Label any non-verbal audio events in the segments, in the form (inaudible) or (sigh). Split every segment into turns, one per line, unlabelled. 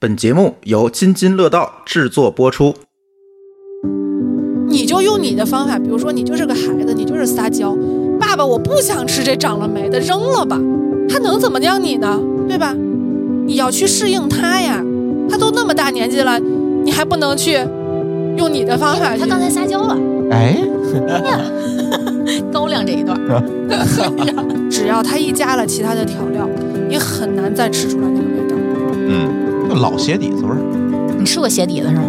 本节目由津津乐道制作播出。
你就用你的方法，比如说你就是个孩子，你就是撒娇，爸爸我不想吃这长了霉的，扔了吧，他能怎么样你呢？对吧？你要去适应他呀，他都那么大年纪了，你还不能去用你的方法去
他刚才撒娇了，
哎，
高亮这一段，
只要他一加了其他的调料，你很难再吃出来那个味道。
嗯，
老鞋底子味儿，
你吃过鞋底子是吗？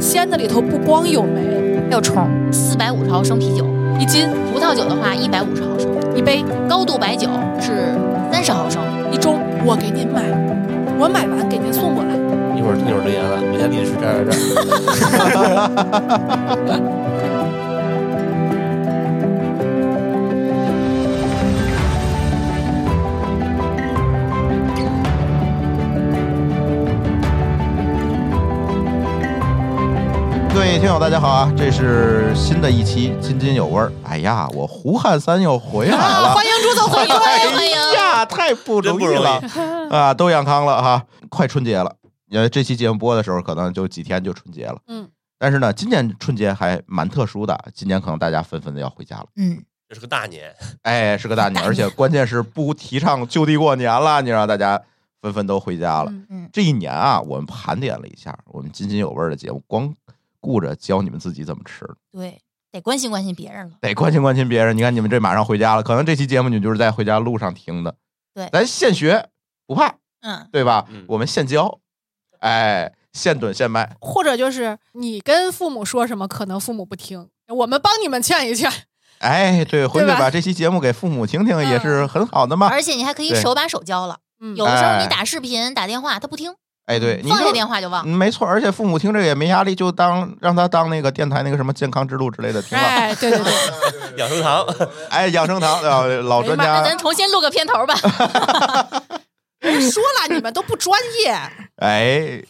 鲜的里头不光有酶，
还有虫，四百五十毫升啤酒，
一斤、
葡萄酒的话一百五十毫升，
一杯、
高度白酒是三十毫升。
一盅，我给您买，我买完给您送过来。
一会儿一会儿留言了，米田丽是这样这样。
各位听友大家好啊，这是新的一期《津津有味儿》。哎呀，我胡汉三又回来了， (laughs)
欢迎朱总回
啊欢迎欢迎
归。
欢迎！
呀，太不容易了 (laughs) 啊！都养康了哈，快春节了。呃，这期节目播的时候，可能就几天就春节了。
嗯，
但是呢，今年春节还蛮特殊的，今年可能大家纷纷的要回家了。
(laughs) 嗯，
(laughs) 这是个大年， (laughs)
哎，是个大年，而且关键是不提倡就地过年了，你让大家纷纷都回家了。
嗯
嗯
这一年啊，我们盘点了一下，我们津津有味儿的节目，光顾着教你们自己怎么吃，
对，得关心关心别人了。
得关心关心别人。你看你们这马上回家了，可能这期节目你就是在回家路上听的。
对
咱现学不怕，
嗯，
对吧？
嗯
我们现教，哎，现炖现卖，
或者就是你跟父母说什么，可能父母不听，我们帮你们劝一劝。
哎，对，回去
对吧
把这期节目给父母听听
嗯
也是很好的嘛。
而且你还可以
对
手把手教了。
嗯，
有的时候
哎
你打视频、打电话，他不听，
哎，对，你
放下
就
电话就忘。
嗯没错，而且父母听这个也没压力，就当让他当那个电台那个什么健康之路之类的听了。
哎，对对对，
(laughs)
养生 (laughs) 堂。
哎，养生堂呃老专
哎呀
那
家，
咱重新录个片头吧。
说了你们都不专业。
哎，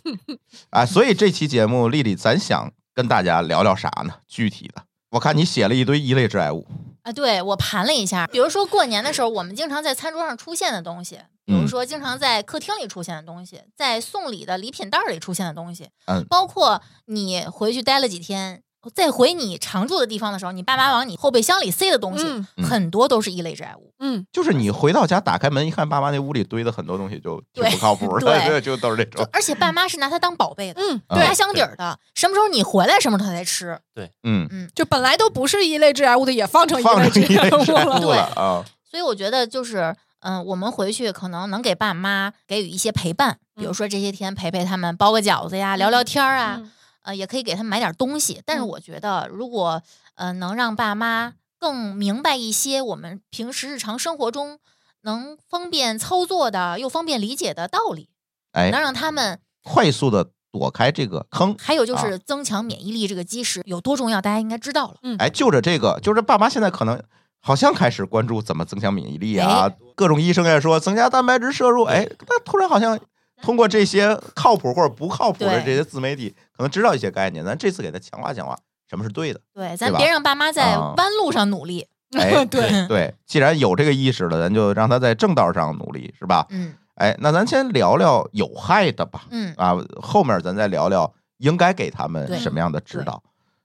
啊，所以这期节目丽丽，咱想跟大家聊聊啥呢？具体的，我看你写了一堆一类致癌物，
啊，对我盘了一下，比如说过年的时候，我们经常在餐桌上出现的东西，比如
嗯
说经常在客厅里出现的东西，在送礼的礼品袋儿里出现的东西，
嗯
包括你回去待了几天，再回你常住的地方的时候，你爸妈往你后备箱里塞的东西，
嗯
嗯
很多都是一类致癌物。
嗯，
就是你回到家打开门一看，爸妈那屋里堆的很多东西就挺
对
不靠谱的，
对
对， (laughs) 就都是这
就
种，
而且爸妈是拿它当宝贝的，
嗯，
啊
对
压，箱底儿的，什么时候你回来，什么时候他才吃。
嗯，
就本来都不是一类致癌物的，也放成一
放
类
成一
致
类
癌
致
物
癌
了。
物了啊，
所以我觉得就是，嗯、我们回去可能能给爸妈给予一些陪伴，比如说这些天陪陪他们，包个饺子呀，聊聊天儿啊，
嗯
呃，也可以给他们买点东西。但是
嗯
我觉得，如果呃能让爸妈更明白一些我们平时日常生活中能方便操作的又方便理解的道理，
哎
能，让他们
快速的躲开这个坑。
还有就
啊
是增强免疫力这个基石有多重要，大家应该知道了。
哎，就着这个，就是爸妈现在可能好像开始关注怎么增强免疫力啊，
哎
各种医生也说增加蛋白质摄入。哎，那突然好像通过这些靠谱或者不靠谱的这
对
些自媒体，可能知道一些概念。咱这次给他强化强化，什么是对的？
对，
对
咱
吧
别让爸妈在
啊
弯路上努力。
(laughs)
哎
嗯
对
对，既然有这个意识了，咱就让他在正道上努力，是吧？
嗯
哎，那咱先聊聊有害的吧。
嗯，
啊，后面咱再聊聊应该给他们
对
什么样的指
对
导。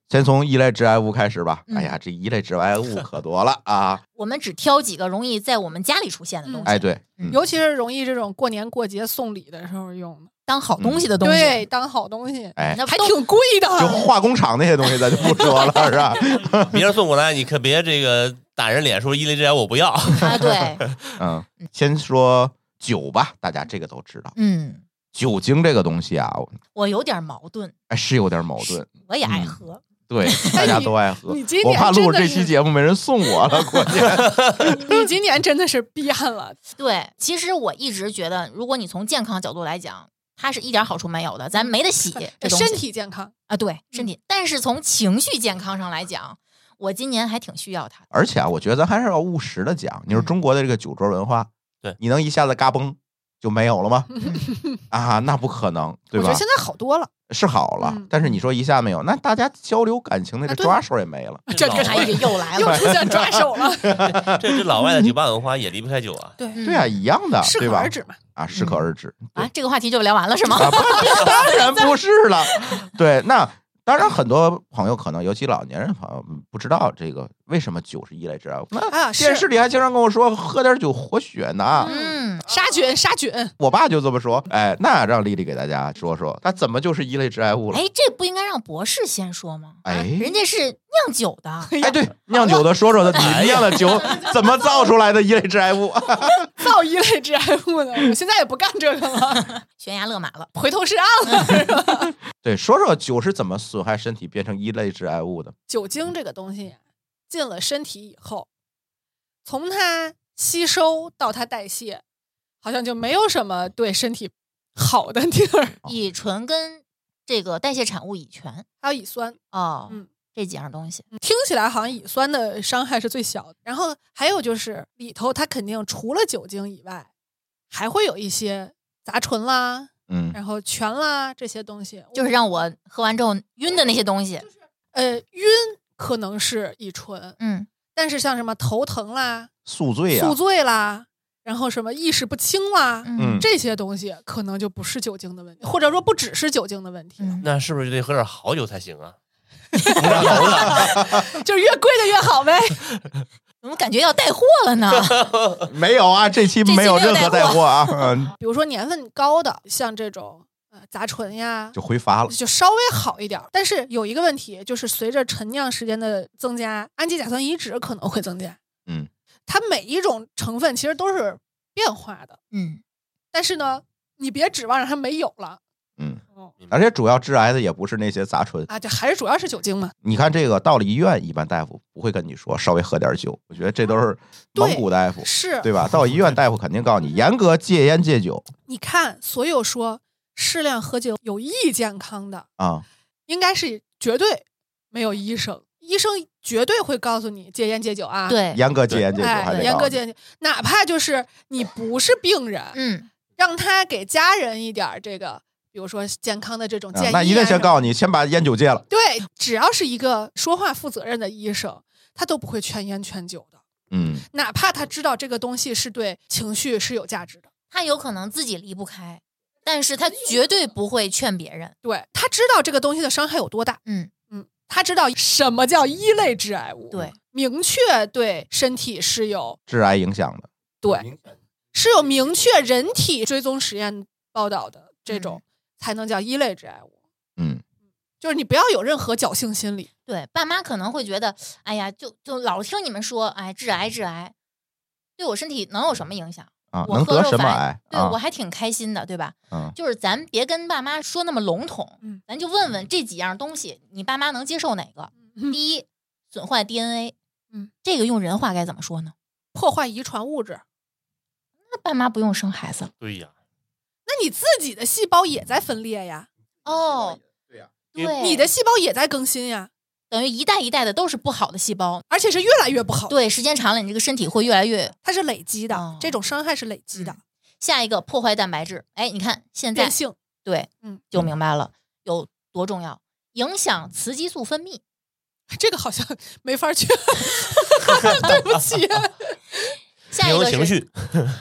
先从一类致癌物开始吧。
嗯
哎呀，这一类致癌物可多了啊！
我们只挑几个容易在我们家里出现的东
嗯
西，
哎，对，嗯
尤其是容易这种过年过节送礼的时候用的，
当好
嗯
东西的东西。
对，当好东西，
哎，
那
还
都
挺贵
就
的。
化工厂那些东西咱就不说了，是吧？
别人送过来，你可别这个打人脸，说伊犁这家我不 (laughs) 要。
啊，
(laughs)
对，
嗯，先说酒吧，大家这个都知道，
嗯，
酒精这个东西啊，
我有点矛盾，
哎是有点矛盾。
我也爱
嗯
喝，
对，大家都爱喝
哎你今，
我
年
怕录
真的
这
是
期节目没人送我了，关键 (laughs)
你今年真的是变了，
对，其实我一直觉得，如果你从健康角度来讲，它是一点好处没有的，咱没得洗这东西
嗯呃身体嗯健康。
啊，对身体。但是从情绪健康上来讲，我今年还挺需要它的。
而且啊，我觉得咱还是要务实的讲，你说
嗯
中国的这个酒桌文化，
对
(laughs)
你能一下子嘎嘣就没有了吗？啊，那不可能，对
我觉
吧
得？现在好多了，
是好了
嗯，
但是你说一下没有，那大家交流感情的
啊
这
对
抓手也没了。
这
老
这哎呀又来
又
了，
出现抓手
(laughs)
了，
这这老外的酒吧文化也离不开酒啊。
对，
嗯
对啊，一样的，
适
对
可
吧
而？止嘛。嗯
啊，适可而止。对
啊，这个话题就聊完了是吗？
啊，不当然不是了。 (laughs) 对，那当然很多朋友可能，尤其老年人朋友嗯不知道这个为什么酒是一类之外。那
啊，
电视
是
里还经常跟我说喝点酒活血呢，
嗯，
杀菌杀菌，
哎
我爸就这么说。哎，那让丽丽给大家说说，他怎么就是一类致癌物了？
哎，这不应该让博士先说吗？啊
哎
人家是酿酒的，
哎，对，酿酒的说说
哎
他，你酿的酒怎么造出来的一类致癌物？ (laughs)
造一类致癌物呢。我现在也不干这个了，
悬崖勒马了。
回头是岸
(laughs)
了。
对，说说酒是怎么损害身体变成一类致癌物的？
(laughs) 酒精这个东西呀进了身体以后，从它吸收到它代谢，好像就没有什么对身体好的地儿。
乙醇跟这个代谢产物乙醛
还有乙酸，
哦，
嗯
这几样东西，
听起来好像乙酸的伤害是最小的。然后还有就是里头，它肯定除了酒精以外，还会有一些杂醇啦，
嗯，
然后醛啦这些东西。
就是让我喝完之后晕的那些东西。
呃晕可能是乙醇，
嗯，
但是像什么头疼啦、
宿醉啊呀
宿，醉啦，然后什么意识不清啦。
嗯
这些东西可能就不是酒精的问题，或者说不只是酒精的问题，
嗯
那是不是就得喝点好酒才行啊？
(laughs) 就是越贵的越好呗。
怎么感觉要带货了呢？
没有啊，这期
这期
没有
没有
任
带
何带
货
货啊，嗯，
比如说年份高的，像这种呃杂醇呀，
就挥发了。
就稍微好一点儿。但是有一个问题，就是随着陈酿时间的增加，氨基甲酸乙酯可能会增加。
嗯，
它每一种成分其实都是变化的，
嗯，
但是呢，你别指望让它没有了。
嗯
哦，
而且主要致癌的也不是那些杂醇。
啊，这还是主要是酒精嘛。
你看这个到了医院，一般大夫不会跟你说稍微喝点酒，我觉得这都是蒙古大夫，
是，
对吧？到医院大夫肯定告诉你严格戒烟戒酒
你看，所有说适量喝酒有益健康的，
啊。
应该是绝对没有医生，医生绝对会告诉你戒烟戒酒啊。。
对，
严格戒烟戒酒还
哎，
得
严
告诉
格
你啊
戒，哪怕就是你不是病人，
嗯，
让他给家人一点儿这个，比如说健康的这种建议、
啊
啊。
那一定先告
什么
诉你，先把烟酒戒了。
对，只要是一个说话负责任的医生，他都不会劝烟劝酒的，
嗯，
哪怕他知道这个东西是对情绪是有价值的。
他有可能自己离不开，但是他绝对不会劝别人。
对他知道这个东西的伤害有多大，
嗯
嗯，他知道什么叫一类致癌物，
对，
明确对身体是有
致癌影响的，
对是有明确人体追踪实验报道的这
嗯
种，才能叫一类致癌物。
嗯，
就是你不要有任何侥幸心理，
对，爸妈可能会觉得，哎呀，就就老听你们说，哎，致癌致癌，对我身体能有什么影响？
啊，
我
能
喝
得
肉
什么
反
癌
对、
啊
我？还挺开心的，对吧？
嗯
就是咱别跟爸妈说那么笼统，
嗯
咱就问问这几样东西，你爸妈能接受哪个？第一，损坏 DNA，
嗯，
这个用人话该怎么说呢？
破坏遗传物质。
那爸妈不用生孩子了
对呀，
那你自己的细胞也在分裂呀，
哦，
因
对
为
呀，
你的细胞也在更新呀，
等于一代一代的都是不好的细胞，
而且是越来越不好，
对，时间长了你这个身体会越来越。
它是累积的，
哦
这种伤害是累积的，
下一个破坏蛋白质，哎，你看现在
变性。
对，
嗯，
就明白了有多重要，影响雌激素分泌，
这个好像没法去， (laughs) 对不起。
下
影
一
响
个
情
是
绪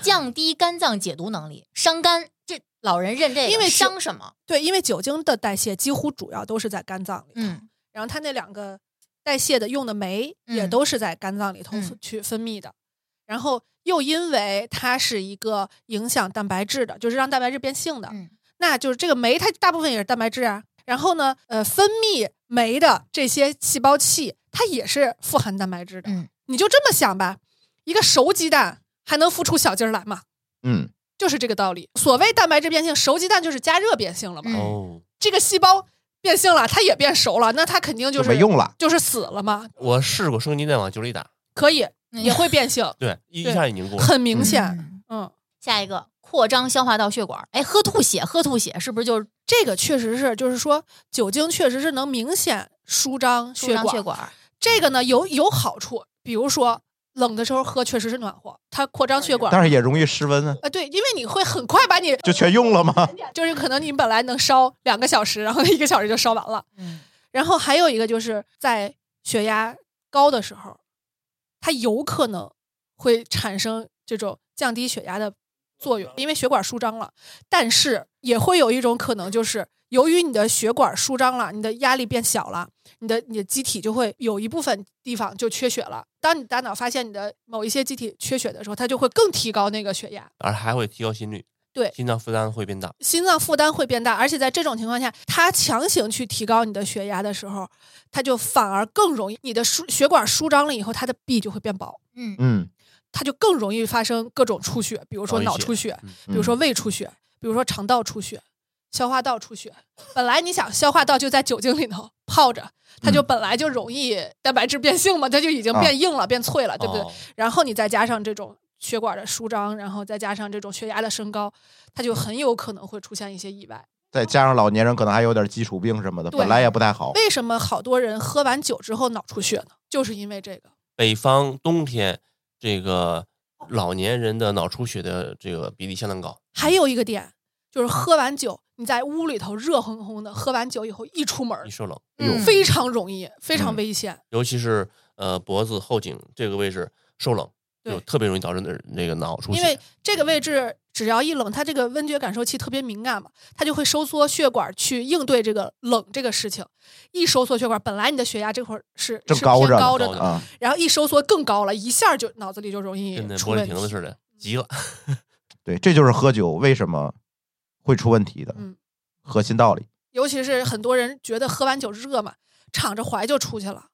降低肝脏解毒能力，伤肝。这老人认这个，
因为是
伤什么？
(laughs) 对，因为酒精的代谢几乎主要都是在肝脏里头，
嗯
然后它那两个代谢的用的酶也
嗯
都是在肝脏里头
嗯
去分泌的，然后又因为它是一个影响蛋白质的，就是让蛋白质变性的，
嗯，
那就是这个酶，它大部分也是蛋白质啊。然后呢，呃，分泌酶的这些细胞器，它也是富含蛋白质的。
嗯
你就这么想吧，一个熟鸡蛋还能孵出小鸡儿来吗？
嗯，
就是这个道理。所谓蛋白质变性，熟鸡蛋就是加热变性了嘛。
嗯
哦。
这个细胞变性了，它也变熟了，那它肯定
就是没用了。
就是死了嘛。
我试过生鸡蛋往酒里打，
可以
嗯
也会变性，
对，一
对
一下就凝固了。
很明显。
嗯
嗯
下一个扩张消化道血管，哎，喝吐血，喝吐血是不是就是
这个确实是，就是说酒精确实是能明显舒张
舒张
管
血管？
这个呢有有好处，比如说冷的时候喝确实是暖和，它扩张血管。
但是也容易失温啊，
啊，对，因为你会很快把你
就全用了吗？
就是可能你本来能烧两个小时，然后一个小时就烧完了。
嗯
然后还有一个就是在血压高的时候，它有可能会产生这种降低血压的作用，因为血管舒张了。但是也会有一种可能，就是由于你的血管舒张了，你的压力变小了，你的你的机体就会有一部分地方就缺血了。当你大脑发现你的某一些机体缺血的时候，它就会更提高那个血压。
而还会提高心率，
对
心脏负担会变大。
啊
心脏负担会变大，而且在这种情况下，它强行去提高你的血压的时候，它就反而更容易，你的舒血管舒张了以后，它的壁就会变薄，
嗯
嗯，
它就更容易发生各种出血，比如说
脑溢
脑
血
出血，
嗯
比如说胃出血，比如说肠道出血、消化道出血。本来你想消化道就在酒精里头泡着，它
嗯
就本来就容易蛋白质变性嘛，它就已经
啊
变硬了、变脆了，对不对？
哦
然后你再加上这种血管的舒张，然后再加上这种血压的升高，它就很有可能会出现一些意外。
再加上老年人可能还有点基础病什么的，
对
本来也不太好。
为什么好多人喝完酒之后脑出血呢？就是因为这个。
北方冬天这个老年人的脑出血的这个比例相当高，
还有一个点就是喝完酒，你在屋里头热烘烘的，喝完酒以后一出门
一，受冷，
嗯
非常容易，非常
嗯
危险。
尤其是呃脖子后颈这个位置受冷，
对
就特别容易导致那那个脑出血。
因为这个位置只要一冷，它这个温觉感受器特别敏感嘛，它就会收缩血管去应对这个冷这个事情。一收缩血管，本来你的血压这会儿是
正
是
高
偏
着呢
高着
高
呢
着，
啊，
然后一收缩更高了，一下就脑子里就容易
跟那
出
玻璃
问
瓶子
题。
似的，急了。 (laughs)
对，这就是喝酒为什么会出问题的
嗯
核心道理。
尤其是很多人觉得喝完酒热嘛，敞着怀就出去了，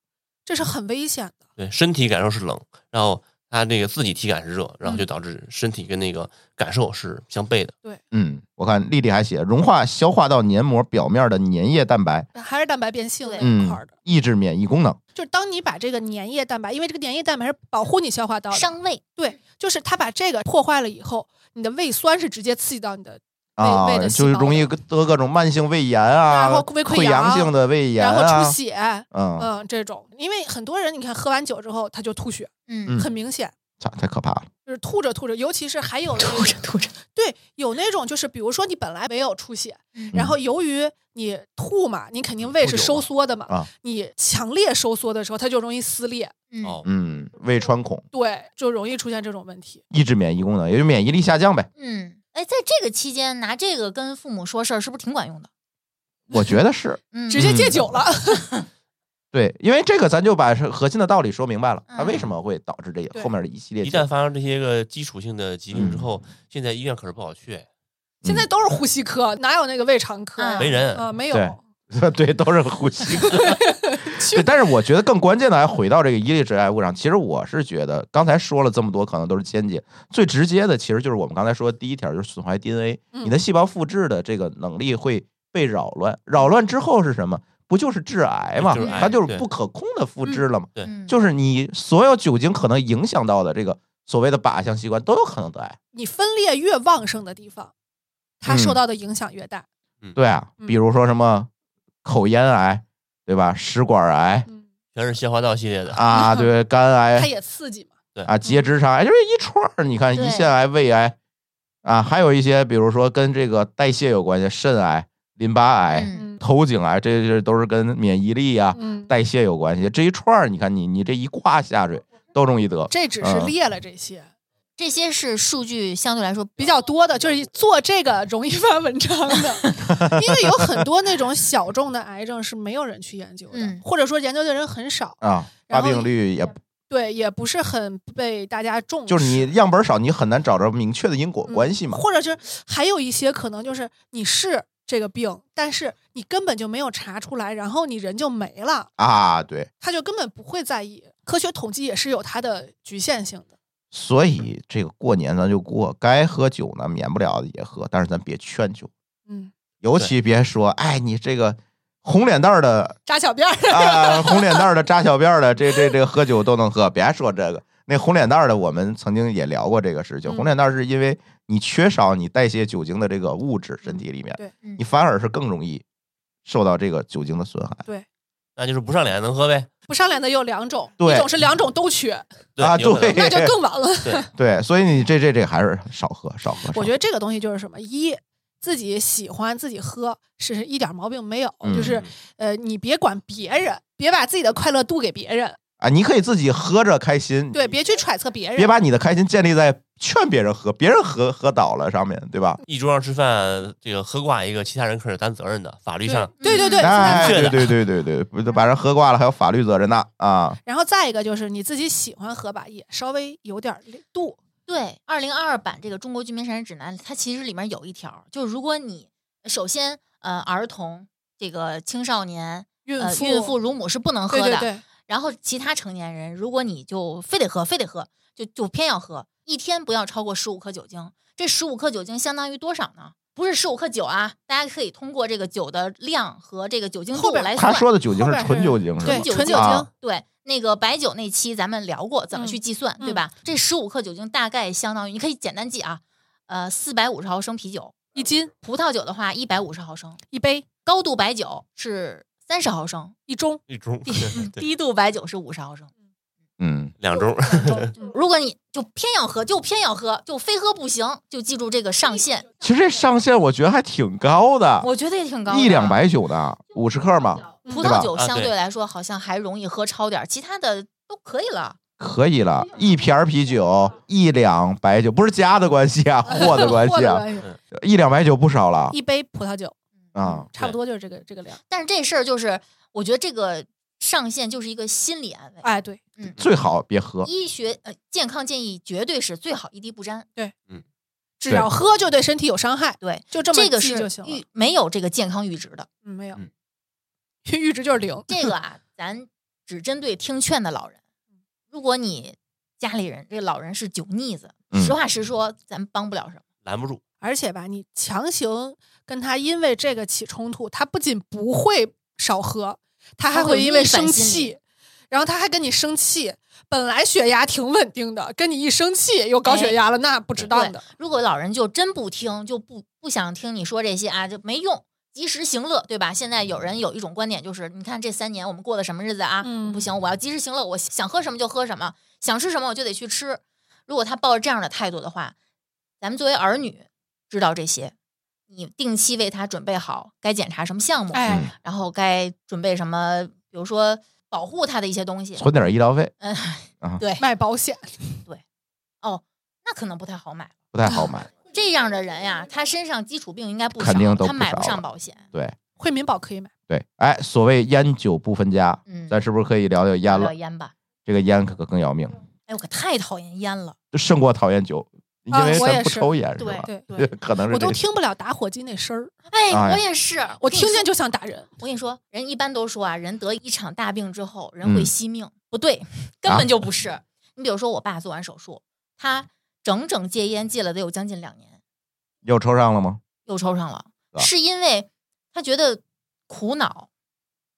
这是很危险的。
对，身体感受是冷，然后他那个自己体感是热，然
嗯
后就导致身体跟那个感受是相悖的。
嗯，我看丽丽还写融化消化道黏膜表面的粘液蛋白，
还是蛋白变性那
对
一
嗯
块儿的，，
抑制免疫功能。
就是当你把这个粘液蛋白，因为这个粘液蛋白是保护你消化道的，
伤胃，
对，就是它把这个破坏了以后，你的胃酸是直接刺激到你的胃
啊
胃的，细
就
胞
容易
的
得各种慢性胃炎啊，
然后胃溃
溃
疡
性的胃炎
然后
啊
出，血，
嗯，
嗯，这种，因为很多人你看喝完酒之后他就吐血，
嗯
嗯
很明显。
操太可怕了。
就是吐着吐着，尤其是还有那
吐着吐着，
对有那种就是，比如说你本来没有出血，
嗯
然后由于你吐嘛，你肯定胃是收缩的嘛，
啊
你强烈收缩的时候，它就容易撕裂，
嗯
哦，
嗯，胃穿孔，
对，就容易出现这种问题。
抑制免疫功能，也就免疫力
(laughs)
下降呗。
嗯，哎，在这个期间拿这个跟父母说事儿，是不是挺管用的？
我觉得是
嗯，
直接戒酒了，
对，因为这个咱就把是核心的道理说明白了，它
嗯
为什么会导致这个
对
后面的一系列
一
疾
旦
病。
发生这些个基础性的疾病之
嗯
后，现在医院可是不好去，
现在都是呼吸科，哪有那个胃肠科呀？
啊
没人。
啊，没
对
有。
(laughs) 对，都是
(laughs)
呼吸科。对，但是我觉得更关键的，还回到这个伊利致癌物上。其实我是觉得，刚才说了这么多，可能都是间接，最直接的其实就是我们刚才说的第一条，就是损坏 DNA，、
嗯
你的细胞复制的这个能力会被扰乱。扰乱之后是什么？不就是致癌嘛？
就是癌
它就是
对
不可控的复制了嘛。
嗯，
就是你所有酒精可能影响到的这个所谓的靶向器官都有可能得癌。
你分裂越旺盛的地方，它受
嗯
到的影响越大。
对啊，
嗯
比如说什么口咽癌，对吧？食管
(laughs)
癌
嗯，
全是消化道系列的，
啊，对，肝
它
癌
也刺激嘛。
啊，结直肠癌，就是一串儿。你看
对
胰腺癌、胃癌啊，还有一些比如说跟这个代谢有关系，肾癌、淋巴癌、
嗯，
头颈癌，这这都是跟免疫力啊、
嗯，
代谢有关系。这一串儿，你看你你这一跨下去都容易得。
这只是
嗯
列了这些
这些是数据相对来说
比较多的，就是做这个容易发文章的，因为有很多那种小众的癌症是没有人去研究的
嗯，
或者说研究的人很少，
啊，
然
发
后
病率也
对，也不是很被大家重视。嗯
就是你样本少，你很难找着明确的因果关系嘛。
或者是还有一些可能就是你是这个病，但是你根本就没有查出来，然后你人就没了，
啊，对，
他就根本不会在意。科学统计也是有它的局限性的，
所以这个过年咱就过，该喝酒呢，免不了也喝，但是咱别劝酒，
嗯，
尤其别说，哎，你这个红脸蛋儿的
扎小辫儿，
(laughs) 啊，红脸蛋儿的扎小辫儿的，这这这个喝酒都能喝，别说这个。那红脸蛋儿的，我们曾经也聊过这个事情。
嗯
红脸蛋儿是因为你缺少你代谢酒精的这个物质，身体里面，
对
嗯
你反而是更容易受到这个酒精的损害。
那就是不上脸能喝呗。
不上脸的有两种，
对
一种是两种都缺，
(laughs)
对
啊
有可能
那
对
就更完了。
对，所以你这这这还是少喝少喝。
我觉
得
得这个东西就是什么，一自己喜欢自己喝是一点毛病没有，
嗯
就是呃，你别管别人，别把自己的快乐度给别人，
啊，你可以自己喝着开心，
对，别去揣测别人，
嗯别把你的开心建立在劝别人喝，别人喝喝倒了上面对吧？
一桌上吃饭，这个喝挂一个，其他人可是担责任的，法律上
对对对对，
哎，
确
对
的
对对对对，不把人喝挂了还有法律责任呢啊！
然后再一个就是你自己喜欢喝吧，也稍微有点度，
对，二零二二版这个《中国居民膳食指南》，它其实里面有一条，就是如果你首先呃儿童、这个青少年、
孕
呃
妇、
孕妇、乳母是不能喝
对
的，
对
(laughs)
对，
然后其他成年人，如果你就非得喝，非得喝，就就偏要喝，一天不要超过十五克酒精。这十五克酒精相当于多少呢？不是十五克酒啊，大家可以通过这个酒的量和这个酒精
后
度
边
嗯来算。
他说的酒精
后
是
边
纯
是
酒精是
对
吗？
纯酒
啊
精，
对，那个白酒那期咱们聊过怎么去计算，
嗯
对吧？这十五克酒精大概相当于，你可以简单记啊，呃，四百五十毫升啤酒，
一斤
葡萄酒的话一百五十毫升，
一杯
高度白酒是三十毫升，
一盅，
一盅，
(laughs)
对，
低度白酒是五十毫升。
嗯，
两盅，
嗯
如果你就偏要喝，就偏要喝，就非喝不行，就记住这个上限，
其实这上限我觉得还挺高的，
我觉得也挺高的，
一
啊
两。百九呢，五十克嘛，
葡
对吧
萄酒
啊
相
对
对来说好像还容易喝超点儿，其他的都可以了。
可以了，一瓶儿啤酒，一两白酒，不是家的关系啊，货的关
或
系
者
啊，一两白酒不少了
一杯葡萄酒，
啊。
差不多就是这个这个量。
但是这事儿就是，我觉得这个上限就是一个心理安慰。
哎，对，
嗯，
最好别喝，
医学呃健康建议绝对是最好一滴不沾，
只
对
要喝就对身体有伤害，
对，
就这么
这个
记
是
就行了。
阈没有这个健康阈值
(laughs)
的。
嗯，没有
嗯，
阈值就是零。
这个啊，咱只针对听劝的老人。如果你家里人这个老人是酒腻子，
嗯
实话实说，咱帮不了什么。
拦不住，
而且吧，你强行跟他因为这个起冲突，他不仅不会少喝，他还会因为生
他会逆反心
气，然后他还跟你生气。本来血压挺稳定的，跟你一生气又
哎
高血压了，那不值当的。
如果老人就真不听，就不不想听你说这些啊，就没用。及时行乐，对吧？现在有人有一种观点，就是你看这三年我们过的什么日子啊？
嗯
不行，我要及时行乐，我想喝什么就喝什么，想吃什么我就得去吃。如果他抱着这样的态度的话，咱们作为儿女知道这些，你定期为他准备好该检查什么项目，
嗯
哎，
然后该准备什么，比如说保护他的一些东西。
存点儿医疗费
嗯，
卖保险，
哦，那可能不太好买。
不太好买。
这样的人
嗯
呀，他身上基础病应该不少，
肯定都
他
不
买不
少
上
了
保险。
对
惠民保可以买。
对，哎，所谓烟酒不分家，
嗯，
咱是不是可以聊聊烟
聊聊
了？
烟吧。
这个烟可更要命，
哎，我可太讨厌烟了。
就胜过讨厌酒，因
啊
为
我
咱
也
不
是
抽烟是
对
吧？
对，
对， (laughs) 可能是
我
这
都
个
听不了打火机那声儿，
哎，
哎
我也是，
我
跟你
听见
说。
就想打人。
我跟你说，人一般都说啊，人得一场大病之后，人会
嗯
惜命，不对，根
啊
本就不是。你比如说，我爸做完手术，他整整戒烟戒了得有将近两年，
又抽上了吗？
又抽上了，
啊
是因为他觉得苦恼，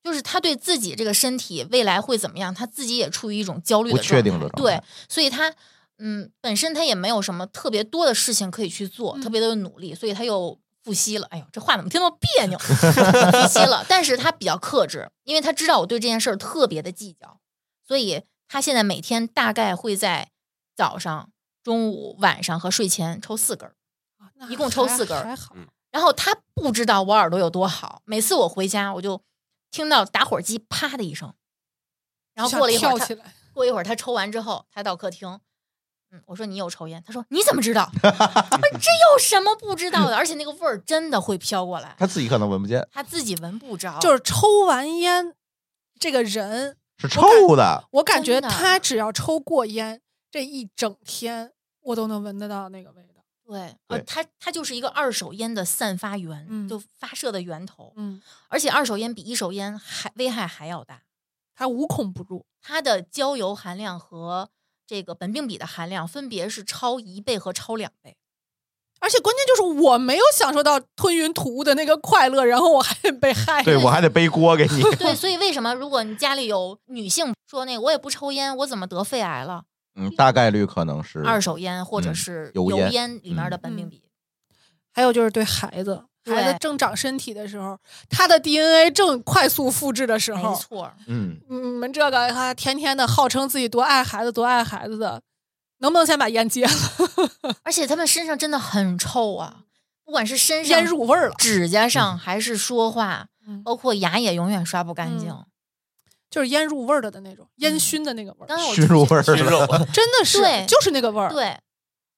就是他对自己这个身体未来会怎么样，他自己也处于一种焦虑的
不确定
状态
的状
对
态，
所以他嗯，本身他也没有什么特别多的事情可以去做，
嗯
特别多的努力，所以他又复吸了。哎呦，这话怎么听那么别扭？复吸了，但是他比较克制，因为他知道我对这件事儿特别的计较，所以他现在每天大概会在早上、中午、晚上和睡前抽四根儿。
啊那
一共抽
还
四根儿
还好。
然后他不知道我耳朵有多好，每次我回家我就听到打火机啪的一声，然后过了一会
想
儿
跳起
他
来，
过一会儿他抽完之后，他到客厅，嗯，我说你有抽烟，他说你怎么知
(laughs)
道？我说这有什么不知道的？而且那个味儿真的会飘过来，
他自己可能闻不见，
他自己闻不着，
就是抽完烟，这个人，我
是
感
(laughs)
臭的。
我感觉
真的
他只要抽过烟，这一整天我都能闻得到那个味道。
对，呃，
对
它它就是一个二手烟的散发源，
嗯
就发射的源头，
嗯，
而且二手烟比一手烟还危害还要大。
他无孔不入。
它的焦油含量和这个苯并芘的含量分别是超一倍和超两倍。
而且关键就是我没有享受到吞云吐雾的那个快乐，然后我还得 (laughs) 被害。
对我还得背锅
(laughs)
给你，
对，所以为什么如果你家里有女性说那个我也不抽烟，我怎么得肺癌了？
嗯，大概率可能是
二手烟或者
嗯
是
油
油
烟
烟里面的苯并
嗯
芘，
还有就是对孩子，孩子
对
正长身体的时候，他的 DNA 正快速复制的时
没
候，
错，
嗯，
你们这个哈天天的号称自己多爱孩子多爱孩子的，能不能先把烟戒了？ (laughs)
而且他们身上真的很臭啊，不管是身上
烟入味儿了，
指
嗯
甲上还是说话，
嗯
包括牙也永远刷不干净。
就是烟入味儿的的那种，烟熏的那个味儿，
刚才我
熏入味儿
熏
(laughs)
肉
了，
嗯真的是
对
就是那个味儿。
对，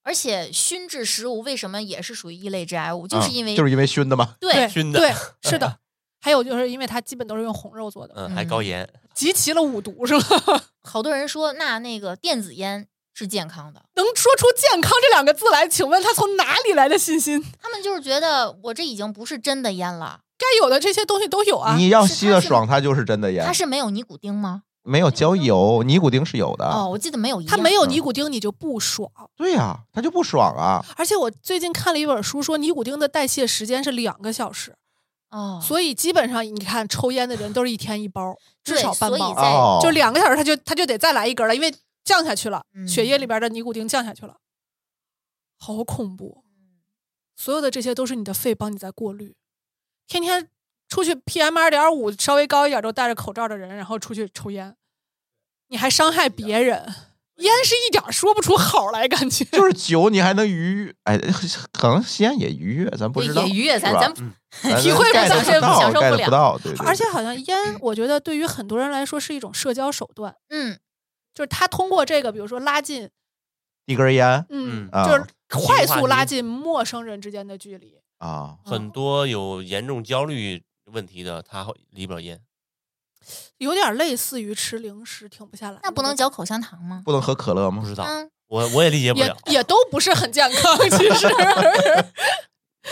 而且熏制食物为什么也是属于一类致癌物，就是
嗯
因为、
就是因为熏的嘛。
对
熏的
对，是
(laughs)
的。还有就是因为它基本都是用红肉做的，
嗯，还高盐，
集齐了五毒是吧？ (laughs)
好多人说那那个电子烟是健康的，
能说出“健康”这两个字来，请问他从哪里来的信心？
他们就是觉得我这已经不是真的烟了，
该有的这些东西都有啊。
你要
是
吸
它
的
是
爽，它就是真的烟
它。是没有尼古丁吗？
没有焦油，尼古丁是有的。
哦，我记得没有一样，
它没有
嗯
尼古丁，你就不爽。
对呀、它就不爽啊。
而且我最近看了一本书，说尼古丁的代谢时间是两个小时，
哦，
所以基本上你看抽烟的人都是一天一包，至
对
少半
所以
包，
(laughs) 在
哦，
就两个小时他就他就得再来一根了，因为降下去了，
嗯
血液里边的尼古丁降下去了，好恐怖！所有的这些都是你的肺帮你在过滤，天天出去 PM 二点五稍微高一点都戴着口罩的人，然后出去抽烟，你还伤害别人，烟是一点儿说不出好来，感觉
就是酒，你还能愉悦？哎，可能西安也愉悦，咱不
对
知道，
也愉悦，咱
是吧
咱
嗯
咱
体会不
get
到
不到
享受不
get
了
不到，对对。嗯
而且好像烟，我觉得对于很多人来说是一种社交手段，
嗯，
就是他通过这个，比如说拉近，
一根烟
嗯，
嗯
就是快
话
速
题
拉近陌生人之间的距离。
啊，
哦
很多有严重焦虑问题的，他会离不了烟。
有点类似于吃零食停不下来，
那不能嚼口香糖吗？
不能喝可乐
不
吗？
知道，
嗯，
我我也理解不
也
了，
也都不是很健 (laughs) 康，其实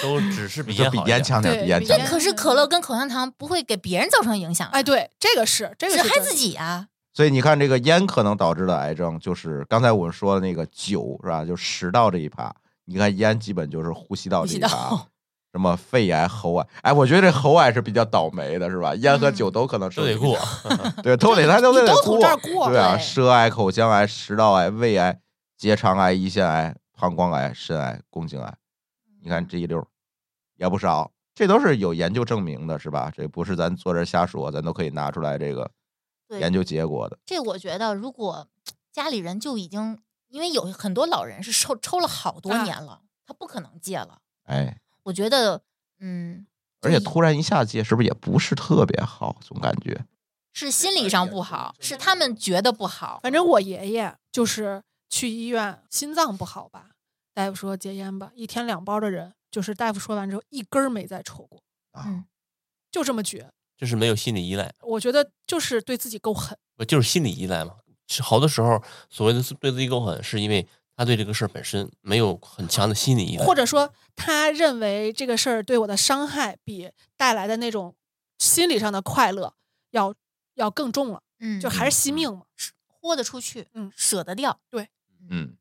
都只是比
就
烟
(laughs) 比
好一
烟
点。
强点儿，
对
比烟
比
强
烟
点儿。
可是可乐跟口香糖不会给别人造成影响啊，
哎，对，这个是这个
只
是
害
真的
自己啊。
所以你看，这个烟可能导致的癌症，就是刚才我们说的那个酒是吧？就食道这一趴，你看烟基本就是呼吸道这一
呼吸
趴
道。
什么肺癌、喉癌？哎，我觉得这喉癌是比较倒霉的，是吧？烟和
嗯
酒都可能受
都得
影
过
响，对，都得他都
你
得
都
得
从这儿过
对啊，
对
舌癌、口腔癌、食道癌、胃癌、结肠癌、胰腺癌、膀胱癌、肾癌、宫颈癌，你看这一溜儿也不少，这都是有研究证明的，是吧？这不是咱坐这儿瞎说，咱都可以拿出来这个
对
研究结果的。
这我觉得，如果家里人就已经，因为有很多老人是抽抽了好多
啊
年了，他不可能戒了。
哎，
我觉得，嗯，
而且突然一下戒，是不是也不是特别好？总感觉
是心理上不好，是他们觉得不好。
反正我爷爷就是去医院，心脏不好吧，大夫说戒烟吧，一天两包的人，就是大夫说完之后一根儿没再抽过，
啊
嗯，
就这么绝。
(laughs) 就是没有心理依赖，
我觉得就是对自己够狠，
不就是心理依赖嘛？是好多时候所谓的对自己够狠，是因为他对这个事儿本身没有很强的心理依赖，
或者说他认为这个事儿对我的伤害比带来的那种心理上的快乐要要更重了，
嗯，
就还是惜命嘛。
豁得出去，
嗯
舍得掉。
嗯，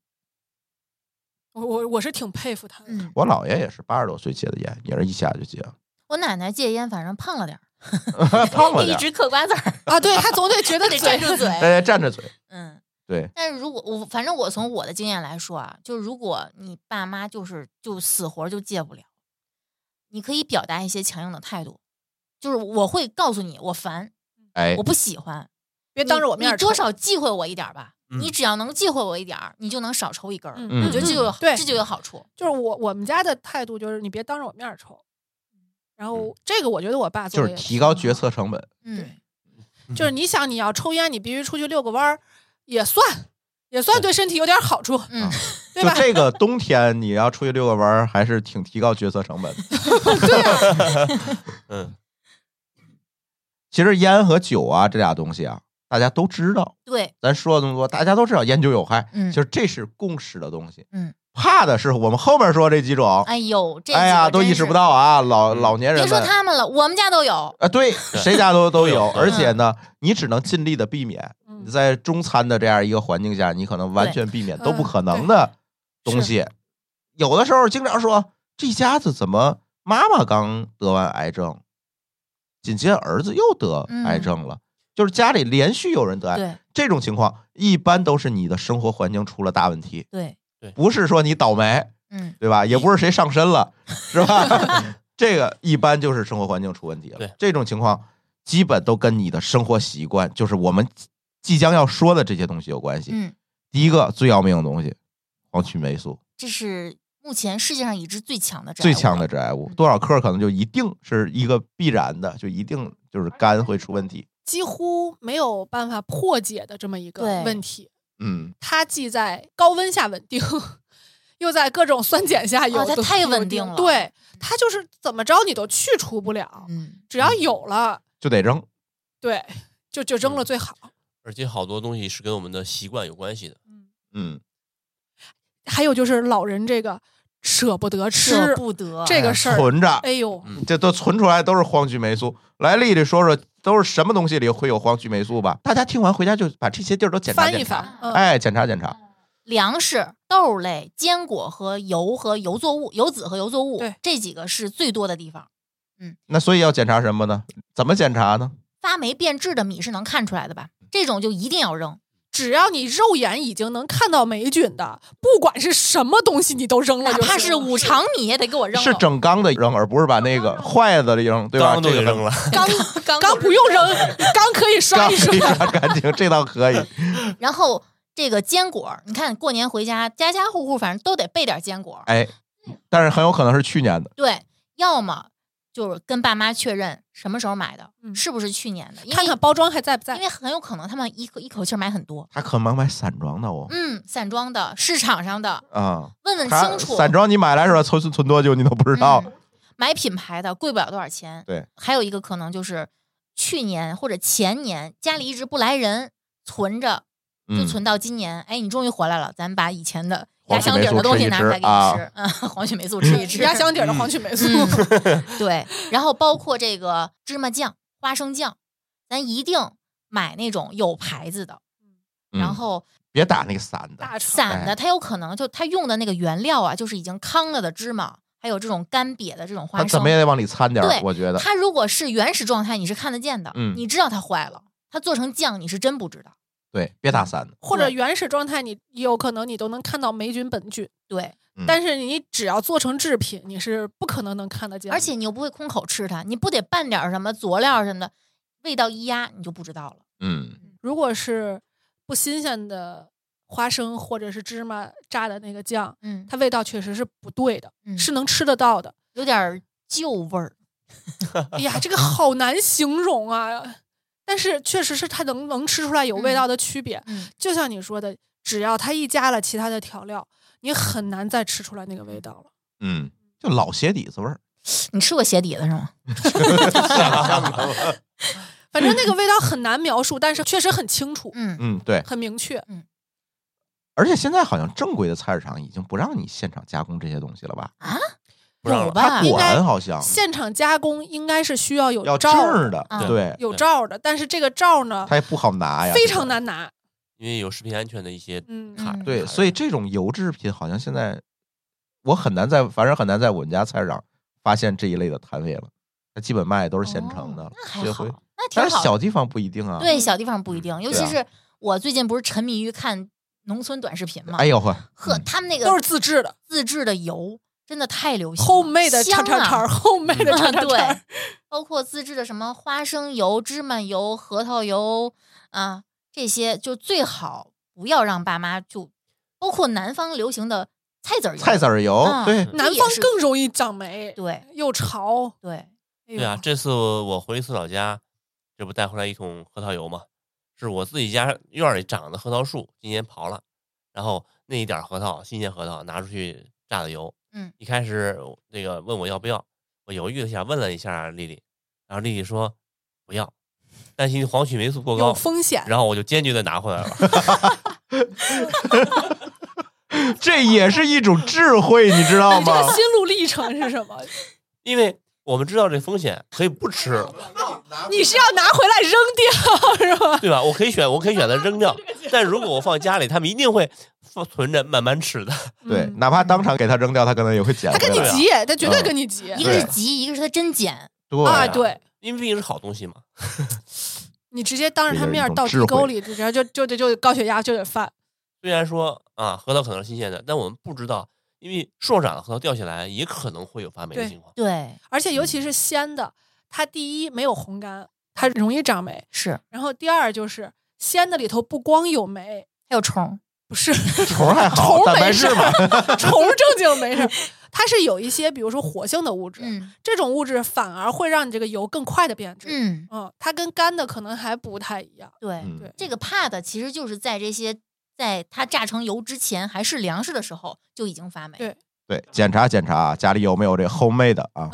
我我我是挺佩服他的。
嗯，
我姥爷也是八十多岁戒的烟，也是一下就戒了，
我奶奶戒烟，反正胖了点儿，
胖了
一
点儿，哎
直嗑瓜子 (laughs) 儿，
啊， (laughs) 对他总得觉得
得
嘴
站住 (laughs) 嘴。
大家站着嘴，
嗯，
对，
但是如果我反正我从我的经验来说啊，就是如果你爸妈就是就死活就戒不了，你可以表达一些强硬的态度，就是我会告诉你我烦，
哎
我，不喜欢，
别当着我面
你
儿
你多
抽
少忌讳我一点儿吧，
嗯
你只要能忌讳我一点儿，你就能少抽一根儿。
嗯
嗯
我觉得这就有、
对
这就有好处。
就是我我们家的态度就是你别当着我面儿抽。然后这个我觉得我爸做
嗯
的
就是
也
提
挺
高
好
决，策成本，
嗯，
就是你想你要抽烟，你必须出去遛个弯儿，也算也算对身体有点好处，
嗯，
对
就
吧？
这个冬天你要出去遛个弯儿，还是挺提高决策成本的。
对啊，
嗯，
其实烟和酒啊这俩东西啊，大家都知道。
对，
咱说了这么多，大家都知道烟酒有害，
嗯
其实这是共识的东西。
嗯，
怕的是我们后面说这几种，
哎呦，这
哎呀，
几个
都
真
意识
是
不。到啊，老
嗯
老年人
别说
们。
他们了，我们家都有。
啊，
(laughs)
对，谁家都都
都有
有，
对
而
嗯
且呢，你只能尽力的避免。
嗯
你在中餐的这样一个环境下，你可能完全避免
对
都
嗯
不可能的
对
东西。有的时候经常说，这家子怎么妈妈刚得完癌症，紧接着儿子又得癌症了，就是家里连续有人得癌。
嗯对
这种情况一般都是你的生活环境出了大问题，
对，
不是说你倒霉，
(laughs)
嗯，
对吧？也不是谁上身了，是吧？ (laughs) 这个一般就是生活环境出问题了
对。
这种情况基本都跟你的生活习惯，就是我们即将要说的这些东西有关系。
嗯，
第一个最要命的东西，黄曲霉素，
这是目前世界上已知最强的致癌
最
物
强的
了
致癌
嗯
物，多少克可能就一定是一个必然的，就一定就是肝会出问题。
几乎没有办法破解的这么一个
对
问题。
嗯，
它既在高温下稳定， (laughs) 又在各种酸碱下有
哦
的、
它太
有
稳
的
定了
对，它就是怎么着你都去除不了，
嗯，
只要有了，
就得扔。
对，就就扔了
嗯
最好。
而且好多东西是跟我们的习惯有关系的。
嗯，
还有就是老人这个舍不得吃，
舍不得
这个事儿，
存着，
哎呦，
嗯
这都存出来都是黄曲霉素。来，丽丽说说都是什么东西里会有黄曲霉素吧？大家听完回家就把这些地儿都检查
翻一
检查，
翻，嗯，
哎，检查检查。
粮食、豆类、坚果和油和油作物、油脂和油作物
对，
这几个是最多的地方。
那所以要检查什么呢？怎么检查呢？
发霉变质的米是能看出来的吧？这种就一定要扔，
只要你肉眼已经能看到霉菌的，不管是什么东西，你都扔了
哪
就行了，
怕是五常米也得给我扔了。
是整缸的扔，而不是把那个坏的扔，对吧？
缸都给扔了，
缸缸
刚不用扔，刚可
(laughs)
以
这个
摔
缸
一摔
非。常干净，这倒可以。
然后这个坚果，你看过年回家，家家户户反正都得备点坚果。
哎，但是很有可能是去年的，
对，要么就是跟爸妈确认什么时候买的，
嗯
是不是去年的，因为
看看包装还在不
因
在？
为很有可能他们一口一口气儿买很多，
他可能买散装的哦。
嗯，散装的、市场上的，
啊、
问问
他
嗯清楚。
散装你买来时候存存多久你都不知道。
嗯买品牌的贵不了多少钱。
对，
还有一个可能就是去年或者前年家里一直不来人，存着就
嗯
存到今年。哎，你终于回来了，咱们把以前的压
黄曲
箱
霉
底儿
素
的东
吃
西
一
拿
吃
出来给
啊
你吃。嗯， (laughs) 黄曲霉素吃一吃。
压箱底儿的黄曲霉素，
(laughs)
(laughs)
嗯，对。然后包括这个芝麻酱、花生酱，咱一定买那种有牌子的。
嗯
然后
别打那个散的，
大厂
散的，它有可能就它用的那个原料啊，就是已经糠了的芝麻，还有这种干瘪的这种花
他
生
怎么。也得往里掺点儿
对，
我觉得。
它如果是原始状态，你是看得见的，
嗯
你知道它坏了。它做成酱，你是真不知道。
对，别打散的。
或者原始状态，你有可能你都能看到霉菌本菌，
对，
嗯
但是你只要做成制品，你是不可能能看得见的。
而且你又不会空口吃它，你不得拌点儿什么佐料什么的，味道一压你就不知道了。
嗯，
如果是不新鲜的花生或者是芝麻榨的那个酱，
嗯，
它味道确实是不对的，
嗯
是能吃得到的。
有点儿旧味儿。
哎呀，这个好难形容啊！但是确实是它能能吃出来有味道的区别，
嗯，
就像你说的，只要它一加了其他的调料，你很难再吃出来那个味道了。
嗯，就老鞋底子味儿。
你吃过鞋底子是吗？
反正那个味道很难描述，但是确实很清楚，
嗯，
嗯，对。
很明确。
而且现在好像正规的菜市场已经不让你现场加工这些东西了吧？
不让
有
了
吧？
应该
管好像
现场加工应该是需要有
要证
罩
儿
儿
的
啊，
对，
有罩儿的，但是这个罩儿呢
它，也不好拿呀，
非
这
常
个。
难拿。
因为有食品安全的一些
嗯
卡。
嗯
对，
卡
所以这种油制品好像现在我很难在，反正很难在我们家菜市场发现这一类的摊位了。它基本卖的都是现成的，
哦那
所以
还
会
好，那挺
但是
好的。
小地方不一定啊。，
对，小地方不一定，尤
对
其
啊
是我最近不是沉迷于看农村短视频嘛，
哎呦呵，
呵，
嗯
他们那个
都是自制的
自制的油真的太流行了
，homemade 的叉
香
叉叉
(laughs) 啊！
，homemade 的叉叉
对
叉，，
包括自制的什么花生油、芝麻油、核桃油啊，这些就最好不要让爸妈就，包括南方流行的菜籽儿油，
菜籽儿油，
啊
对，
(laughs) 南
也
方
是
更容易长霉，
对
又潮。
对，
对
对啊，这次我回一次老家，这不带回来一桶核桃油嘛，是我自己家院儿里长的核桃树，今年刨了，然后那一点儿核桃，新鲜核桃拿出去榨的油。
嗯，
一开始我那个问我要不要，我犹豫了一下，问了一下丽丽，然后丽丽说不要，担心黄曲霉素过
有
高，
风险。
然后我就坚决的拿回来了。 (laughs)
这也是一种智慧，你知道
你这
吗
个？心路历程是什么？ (laughs)
因为我们知道这风险，可以不吃，
你是要拿回来扔掉是吧？
对吧？我可以选，我可以选择扔掉，但如果我放家里，他们一定会放存着慢慢吃的。
(laughs) 对，
嗯
哪怕当场给它扔掉，它可能也会捡
他
回
跟你啊
来。
急，他绝对
嗯
跟你急
一个是
对
急，一个是它真碱，
对
啊！对
因为毕竟是好东西嘛。
你直接当着他
这也是一
面
种
到
智
地沟
慧
里，然后就就得就得高血压就得犯。
虽然说啊，核桃可能是新鲜的，但我们不知道，因为树上长的核桃掉下来也可能会有发霉的
对
情况。
对，
而且
嗯
尤其是鲜的，它第一没有烘干，它容易长霉。
是
然后第二就是鲜的里头不光有霉，
还有虫，
不是
虫儿还好
(laughs) 虫，儿
蛋
没
白质
事
嘛
儿，，虫儿正经没事儿， (laughs) 它是有一些比如说活性的物质，
嗯
这种物质反而会让你这个油更快的变质。
嗯，
嗯，它跟干的可能还不太一 (laughs) 样。
对，
嗯
对
这个 pad 其实就是在这些在它榨成油之前还是粮食的时候就已经发霉。
对
对，检查检查啊，家里有没有这 homemade 的
(laughs)
啊？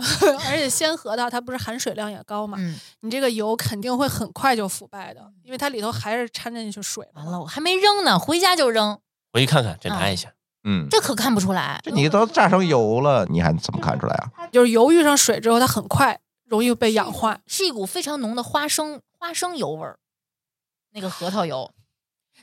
而且鲜核桃它不是含水量也高嘛，
嗯，
你这个油肯定会很快就腐败的，因为它里头还是掺进去水
完了，我还没扔呢，回家就扔，
回去看看，检查一下。
嗯，
这可看不出来。
这你都榨成油了，你还怎么看出来啊？ (laughs)
嘛，就是油遇上水之后，它很快容易被氧化。
是一股非常浓的花生花生油味儿，那个核桃油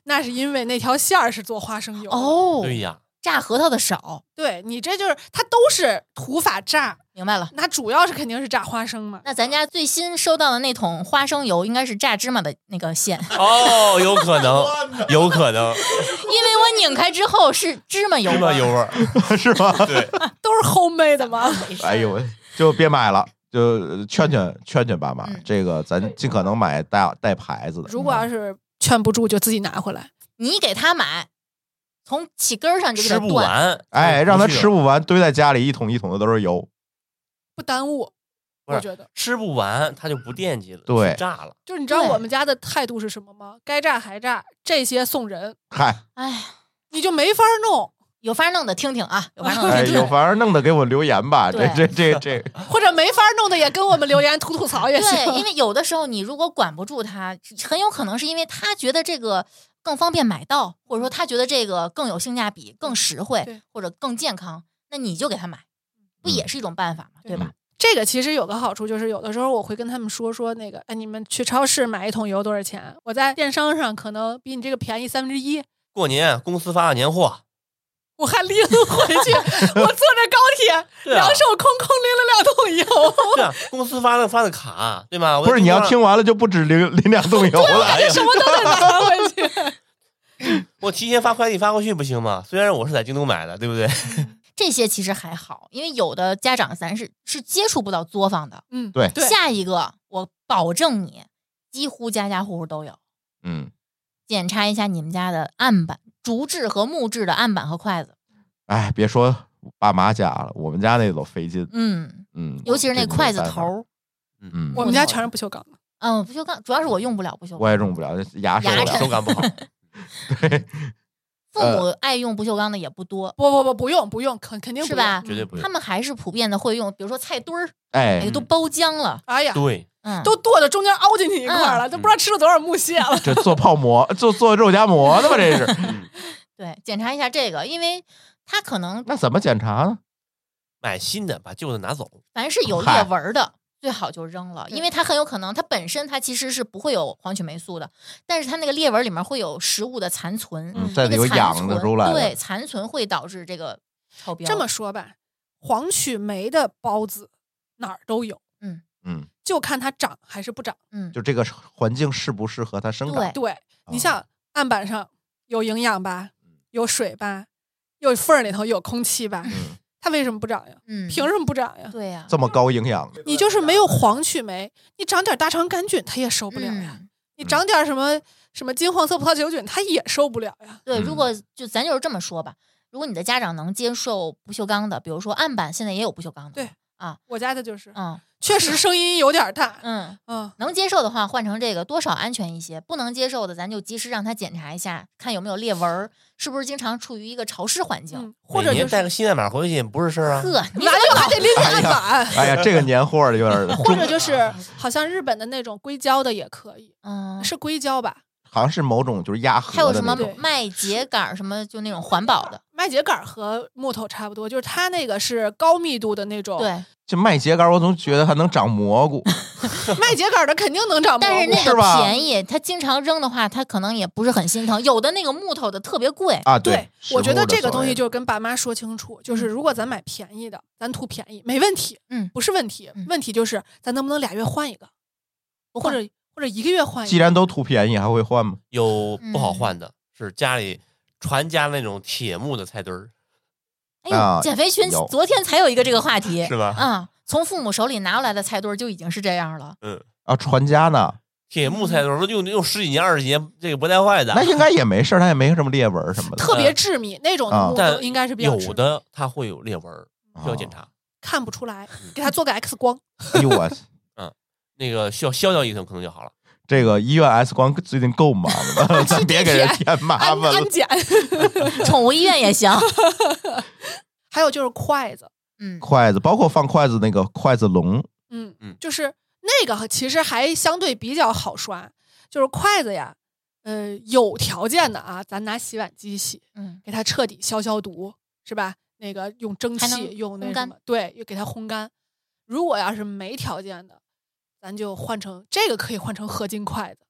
那是因为那条线儿是做花生油的，
哦，
对呀，
榨核桃的少，
对你这就是它都是土法榨，
明白了。
那主要是肯定是榨花生嘛。
那咱家最新收到的那桶花生油应该是榨芝麻的那个馅， (laughs)
哦，有
(laughs)
可能，有可能，
因为我拧开之后是芝麻油
芝
味
麻
儿，
油味儿。
是吧？
对，
都是 homemade 的吗？
没事儿
(laughs) 哎呦，喂，就别买了，就劝劝劝劝爸妈，
嗯
这个咱尽可能买带带牌子的。
如果要是劝不住，就自己拿回来。
你给他买，从起根儿上就给
吃
他
不
断，
完，
哎，让他
出去
吃不完，堆在家里一桶一桶的都是油。
不耽误。
不是
我觉得，
吃不完，他就不惦记了，
对
去炸了。
就是你知道
对
我们家的态度是什么吗？该榨还榨，这些送人，
嗨，
哎，
你就没法 (laughs) 弄，
有法弄的听听啊，有法弄
(laughs) 哎，
的听
有
听。
反正弄得给我留言吧，这
对
这这这，
或者没法弄的也跟我们留言吐吐槽也
对，
行。
因为有的时候你如果管不住他，很有可能是因为他觉得这个更方便买到，或者说他觉得这个更有性价比、更实
对
惠或者更健康，那你就给他买，
嗯
不也是一种办法吗？对吧？
(laughs) 这个其实有个好处就是，有的时候我会跟他们说说那个，哎，你们去超市买一桶油多少钱？我在电商上可能比你这个便宜三分之一，
过年公司发的年货，
我还拎回去，我坐着高 (laughs) 铁，
对啊
两手空空拎了两桶油。 (laughs)
对啊，公司发的发的卡，对 (laughs) 吧？我在
不是你要
公司
听完了就不止淋淋
(laughs)
两桶油
上，
了。
哎呀
什么都得拿回去，
我提前发快递发过去不行吗？虽然我是在京东买的，对不对？
这些其实还好，因为有的家长咱是是接触不到作坊的。
(laughs) 嗯，
对
对，
下一个，我保证你，几乎家家户户都有。
嗯，
检查一下你们家的案板，竹制和木质的案板和筷子。
哎，别说爸妈家了，我们家那都费劲。
嗯，
嗯，
尤其是那
这没
筷子
办法
头。儿，
嗯，
我们家全是不锈钢的，
嗯，不锈钢，主要是我用不了不锈
我
钢。
也用不了，牙受不
牙
了
碜。
手感不好，
父
呃
母爱用不锈钢的也不多，
不不不，不用不用，肯肯定不
是
用嗯
吧？
绝对不
他
用。
们还是普遍的会用，比如说菜墩儿，
哎
哎呦，，都包浆了，
哎呀，
对，
嗯，
都剁到中间凹进去一块儿了，都不知道吃了多少木屑了。
这做泡馍，做做肉夹馍的吧？这是，
对，检查一下这个，因为它可能
那怎么检查呢？
买新的把旧的拿走，
凡是有
嗨
裂纹儿的，最好就扔了，
对
因为它很有可能它本身它其实是不会有黄曲霉素的，但是它那个裂纹里面会有食物的残存，
嗯
这
那
里
个
有
残
痒的
存
出来
对，
了，
残存会导致这个超标。
这么说吧，黄曲霉的孢子哪儿都有，
嗯，
就看它长还是不长。
嗯，
就这个环境适不适合它生长
对？
对你
啊
像案板上有营养吧，有水吧，有缝儿里头有空气吧，
嗯，
它为什么不长呀？
嗯，
凭什么不长呀？
对呀、
这么高营养
(laughs)
的，
你就是没有黄曲霉，你长点大肠杆菌它也受不了呀。
嗯
你长点什么什么金黄色葡萄球菌，它也受不了呀。
对，
嗯
如果就咱就是这么说吧，如果你的家长能接受不锈钢的，比如说案板现在也有不锈钢的，
对，我家的就是，
嗯
确实声音有点大，
嗯，
嗯，
能接受的话换成这个多少安全一些，不能接受的咱就及时让他检查一下，看有没有裂纹儿，是不是经常处于一个潮湿环境。
嗯或者
每
就
年带个
是
新代码回去也不是事儿啊。
呵，你
完了还得拎着案
哎呀 (laughs)
板，
哎呀，这个年货儿有点儿
或
中，
者就是好像日本的那种硅胶的也可以，
嗯，
是硅胶吧？
好像是某种就是压
还有
核的
什
那
么
种，
麦秸秆儿什么，就那种环保的，
麦秸秆儿和木头差不多，就是它那个是高密度的那种，
对。
这麦秸秆儿我总觉得它能长蘑菇，
麦秸秆儿的肯定能长
但
蘑
是
菇。
那
是
个
吧
便宜，它经常扔的话，它可能也不是很心疼。有的那个木头的特别贵，
啊，
对，我觉得这个东西
就
就是跟爸妈说清楚，就是如果咱买便宜的，咱图便宜没问题，
嗯
不是问题，
嗯
问题就是咱能不能俩月换一个，或者或者一个月换一
既
个。
然都图便宜，还会换吗？
有不好
嗯
换的，是家里传家那种铁木的菜墩儿，
哎呦，
啊
减肥群
有
昨天才有一个这个话题，
是吧？
嗯，从父母手里拿过来的菜墩儿就已经是这样了。
啊，传家呢，
铁木菜墩儿用用十几年二十年，这个不带坏的
那。应该也没事儿，他也没什么裂纹什么的。
特别致密那种
呃啊
的木头，
但
应该是比较致
有
密
的它会有裂纹儿，需要检查，
看不出来，给他做个 X 光。
哎呦我，
那个需要消掉一层可能就好了。
这个医院 X 光最近够忙
(laughs)
的，咱别给人添麻
安
烦了
安。检，
宠物医院也行，
(laughs) 还有就是筷子，
嗯，
筷子，包括放筷子那个筷子笼，
嗯
嗯
就是那个其实还相对比较好刷，就是筷子呀，呃，有条件的啊，咱拿洗碗机洗，
嗯，
给它彻底消消毒，是吧？那个用蒸
还能
汽，用那
烘
什
干
么，对，又给它烘干。如果要是没条件的，咱就换成这个可以换成合金筷子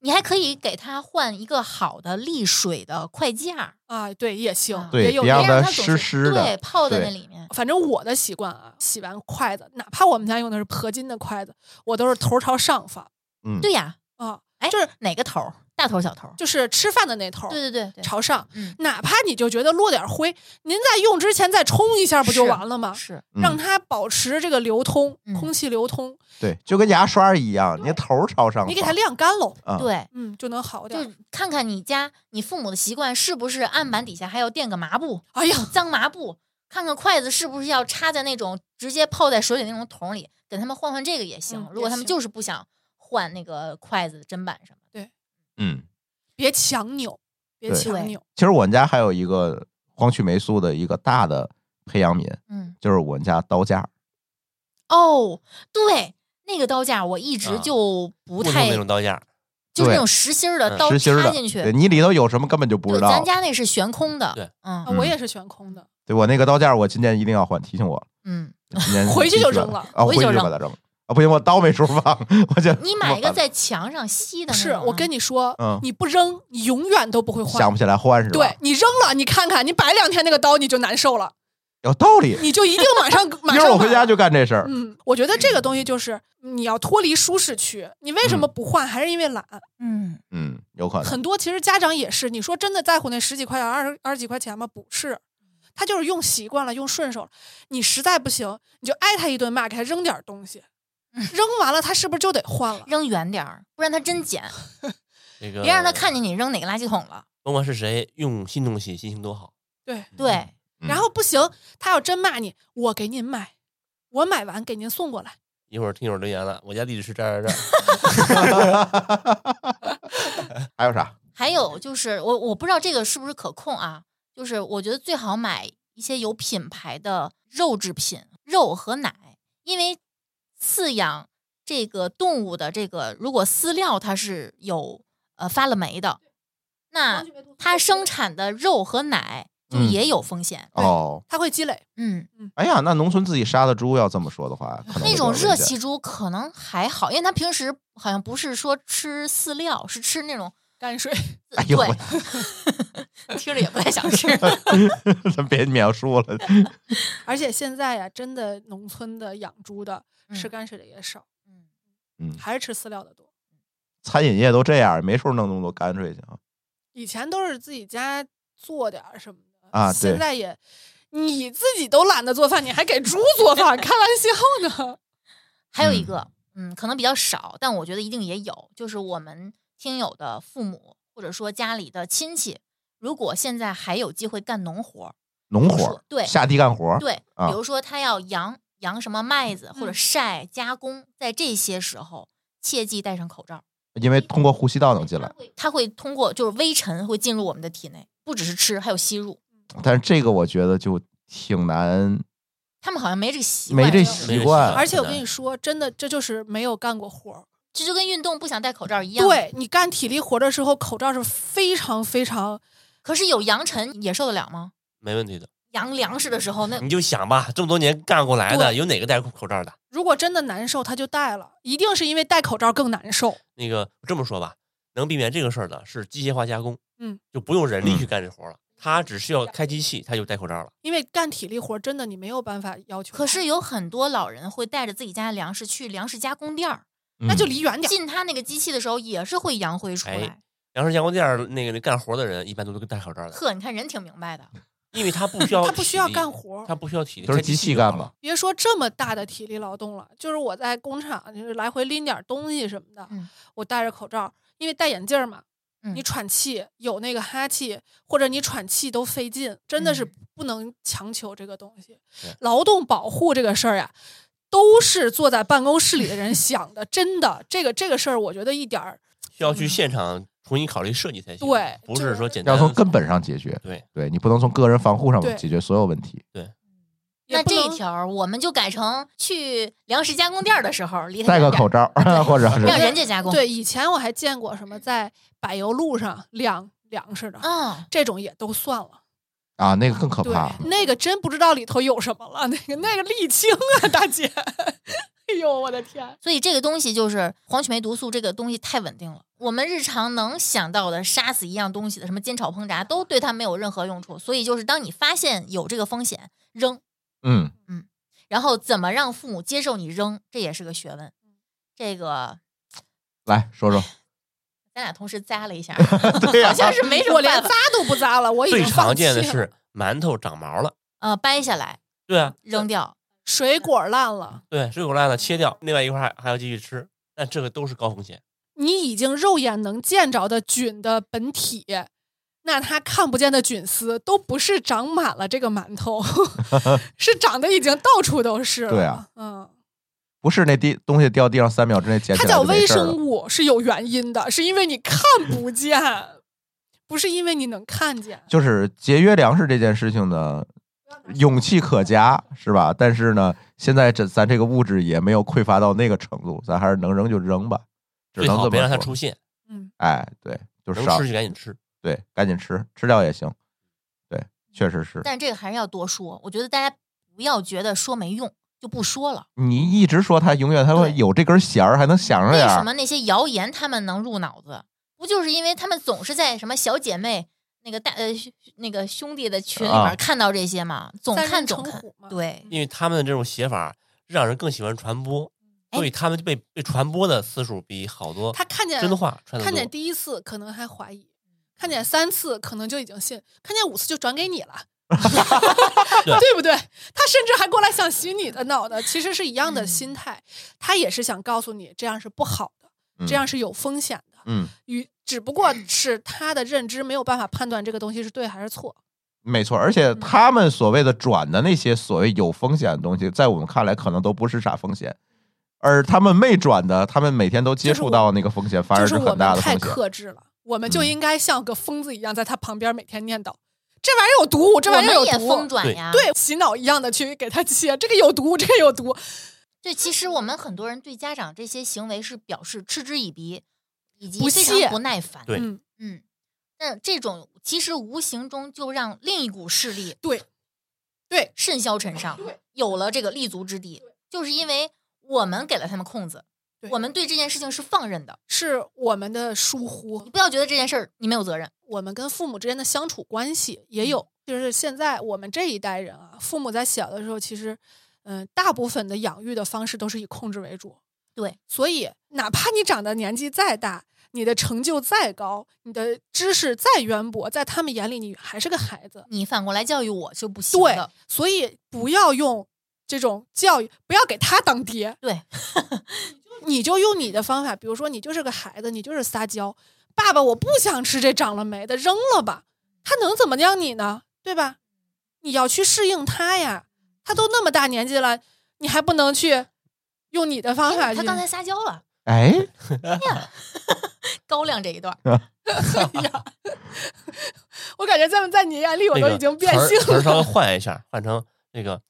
你还可以给它换一个好的沥水的筷架儿，
啊，对，也行
啊，
对
也有
别
那
让
别
样
它
它总
湿
是
湿的
对，泡在
对
那里面。
反正我的习惯啊，洗完筷子，哪怕我们家用的是合金的筷子，我都是头朝上放
嗯，
对呀，
啊，
哎，
就是
哪个头儿？大头儿、小头儿？
就是吃饭的那头，
对对对对，
朝上。
嗯，
哪怕你就觉得落点灰，您在用之前再冲一下不就是完了吗？
是，
嗯
让它保持这个流通，
嗯
空气流通，
对，就跟牙刷一样，你头儿朝上放，
你给它晾干喽，
啊，
对，
嗯，就能好点
就
儿。
看看你家你父母的习惯是不是案板底下还要垫个麻布，
哎呀，
脏麻布，看看筷子是不是要插在那种直接泡在水里那种桶里，给他们换换这个也行。
嗯
如果
也
他
行
们就是不想换那个筷子的砧板什么的，
嗯。
别强扭，别
对
强扭，
其实我们家还有一个荒去霉素的一个大的培养皿，
嗯，
就是我们家刀架。
哦，对，那个刀架我一直
啊
就不
不能
太，
那种刀架儿，
就是
对
那种实心儿的
嗯
刀
实心儿
插
的，
进去。
对你里头有什么根本就不
对，
知道
咱。家那是悬空的。
对，
啊
嗯
我也是悬空的，
对我那个刀架，我今年一定要换，提醒我了。
嗯，
今
(laughs)
年
回去就扔了
啊，
回
回
去
去
就
就
扔
把它扔了啊！不行，我刀没处放，我就
你买一个
完了
在墙上吸的
不
那
是
种啊。
我跟你说，
嗯
你不扔，你永远都不会
想
(laughs) 换。
不起来换是吧？
对，你扔了，你看看，你摆两天那个刀你就难受了，
有道理。
你就一定马上马
(laughs) 一会
上
儿我回
买
家就干这事儿。
嗯，我觉得这个东西就是你要脱离舒适区，你为什么不换？还是因为懒。
嗯，
嗯，有可能。
很多其实家长也是，你说真的在乎那十几块钱、二十二十几块钱吗？不是，他就是用习惯了，用顺手了。你实在不行，你就挨他一顿骂，给他扔点东西，扔完了他是不是就得换了？
扔远点儿，不然它
嗯
真捡，
这个
别
呃
让它看见你扔哪个垃圾桶了。
甭管是谁，用新东西心情都好。
对，
对，
嗯
然后不行，他要真骂你，我给您买，我买完给您送过来。
一会儿听友留言了，我家地址是这儿这儿这儿。
(laughs) 还有啥？
还有就是，我我不知道这个是不是可控啊，就是我觉得最好买一些有品牌的肉制品，肉和奶，因为饲养这个动物的这个如果饲料它是有呃发了霉的，那它生产的肉和奶就
嗯
也有风险。
哦，
他会积累，
嗯，
哎呀，那农村自己杀的猪，要这么说的话，可能
那
会
种
比较
热
危险
气猪可能还好，因为它平时好像不是说吃饲料，是吃那种
泔水。
哎呦
对， (laughs) 听着也不太想
(laughs)
吃。
咱别描述了。
而且现在呀、真的农村的养猪的
嗯
吃泔水的也少，
嗯
嗯，
还是吃饲料的多。
餐饮业都这样，没处弄那么多泔水去啊。
以前都是自己家做点儿什么的
啊对
现在也你自己都懒得做饭，你还给猪做饭，开玩笑呢。
还有一个，嗯，可能比较少，但我觉得一定也有，就是我们听友的父母或者说家里的亲戚，如果现在还有机会干农活儿，
农
比如
活
说
儿，
对
下地干活儿，
对，
啊
比如说他要扬扬什么麦子或者
嗯
晒加工，在这些时候切记戴上口罩，
因为通过呼吸道能进来。
它会它会通过就是微尘会进入我们的体内，不只是吃，还有吸入。
但是这个我觉得就挺难，
他们好像没这个习惯，
没
就
这习惯。
啊
而且我
是的
跟你说，真的，这就是没有干过活儿。
这就跟运动不想戴口罩一样。，
对你干体力活的时候，口罩是非常非常
可是有扬尘也受得了吗？
没问题的，
扬粮食的时候，那
你就想吧，这么多年干过来的，
对
有哪个戴口罩的？
如果真的难受，他就戴了，一定是因为戴口罩更难受。
那个这么说吧，能避免这个事儿的是机械化加工，
嗯，
就不用人力去干这活儿了，他只需要开机器，他就戴口罩了。
因为干体力活真的你没有办法要求他，
可是有很多老人会带着自己家的粮食去粮食加工店儿，
那就
嗯
离远点儿。
进他那个机器的时候也是会扬灰出来
哎。粮食加工店儿那个干活的人一般都是戴口罩的，
呵，你看人挺明白的，
因为他不需
(laughs)
要
他不需要
体力
干活儿
他不需要体力，
都是
开
机器
就
干
好了
嘛？
别说这么大的体力劳动了，就是我在工厂就是来回拎点东西什么的，
嗯
我戴着口罩，因为戴眼镜儿嘛，
嗯
你喘气有那个哈气，或者你喘气都费劲，真的是
嗯
不能强求这个东西。
对
劳动保护这个事儿呀、都是坐在办公室里
(laughs)
的人想的，真的，这个这个事儿，我觉得一点儿
需要去现场重新考虑设计才行。
嗯对
不
就是
是说简单
要从根本上解决。
对，
对你不能从个人防护上
对
解决所有问题。
也
那
不
这一
能
条儿我们就改成去粮食加工店儿的时候离他
戴
远
个
点儿
口罩，或者是
让人家加工。嗯
对。以前我还见过什么在柏油路上晾粮食的，
啊，
这种也都算了。
啊，那个更可
对
怕。，
那个真不知道里头有什么了，那个那个沥青啊，大姐， (laughs) 哎呦我的天，
所以这个东西就是黄曲霉毒素，这个东西太稳定了。我们日常能想到的杀死一样东西的，什么煎炒烹炸，都对它没有任何用处。所以就是当你发现有这个风险，扔。
嗯，
然后怎么让父母接受你扔，这也是个学问。这个
来说 (laughs) 说，
咱俩同时咂了一下，
(laughs)
对呀
好像是没什
啊我
么
连
办
扎
法。
都不扎了，我已经
最常
放弃
见的
了
是馒头长毛了，
(laughs) 呃，掰下
(laughs)
来
对啊，
扔掉，
水果烂了，
对，水果烂了切掉，另外一块还还要继续吃，但这个都是高风险。
你已经肉眼能见着的菌的本体。那它看不见的菌丝都不是长满了这个馒头， (laughs) 是长得已经到处都是了。
对啊，
嗯，
不是那地东西掉地上三秒之内捡
它
起来
叫
就没
微
事儿
生
了。
物是有原因的，是因为你看不见，不是因为你能看见。
就是节约粮食这件事情呢，勇气可嘉，是吧？但是呢，现在这咱这个物质也没有匮乏到那个程度，咱还是能扔就扔吧，只
最
能
好
这
别让它
么
出
说。
现，
嗯，
哎，对，就
能
少
吃就赶紧吃。
对，赶紧吃，吃掉也行。对，确实是。
但这个还是要多说。我觉得大家不要觉得说没用就不说了。
你一直说它永远它会
对
有这根弦儿，还能想着
为
点
什
儿。
么那些谣言他们能入脑子？不就是因为他们总是在什么小姐妹那个大呃兄那个兄弟的群里
啊
面看到这些嘛？总
三
看
人
总
成
看
虎嘛，嗯
对，
因为他们的这种写法让人更喜欢传播，
哎
所以他们被被传播的次数比好多
他看见
真话传的
看
多
见。第一次可能还怀疑，看
嗯
见三次可能就已经信，看见五次就转给你
(laughs)
了，
对
对不对？他甚至还过来想洗你的脑袋，其实是一样的心态，他也是想告诉你这样是不好的，
嗯
这样是有风险的，
嗯，
与只不过是他的认知没有办法判断这个东西是对还是错。
没错。而
嗯
且他们所谓的转的那些所谓有风险的东西，在我们看来可能都不是啥风险，而他们没转的，他们每天都接
就是
触
我
到那个风险，反而
就是我
很大
们
的
太
风险。
克制了，我们就
嗯
应该像个疯子一样在他旁边每天念叨。这玩意儿有毒，这
我
玩意儿
们
有
也
毒。
疯转
对
呀。，
对，洗脑一样的去给他切， (laughs) 这个有毒，这个有毒，
对，其实我们很多人对家长这些行为是表示嗤之以鼻，以及
不
非
屑
常不耐烦。
对
嗯，
嗯，但这种其实无形中就让另一股势力
对，对，
甚嚣尘上，有了这个立足之地，就是因为我们给了他们空子
对，
我们对这件事情是放任的。
是我们的疏
你
忽，
不要觉得这件事儿你没有责任，
我们跟父母之间的相处关系也有，就是现在我们这一代人啊，父母在小的时候，其实，嗯、大部分的养育的方式都是以控制为主，
对，
所以哪怕你长得年纪再大，你的成就再高，你的知识再渊博，在他们眼里你还是个孩子，
你反过来教育我就不行
对
的。，
所以不要用这种教育，不要给他当爹，
对，
你就用你的方法，比如说你就是个孩子，你就是撒娇，爸爸我不想吃这长了霉的，扔了吧，他能怎么样你呢？对吧？你要去适应他呀，他都那么大年纪了，你还不能去用你的方法去？
哎他刚才撒娇了，
哎，
高亮这一段儿，
(laughs) 我感觉在在你眼里我
那
都
个
已经变
词
性
儿词儿稍微
了。
换一下，换成那个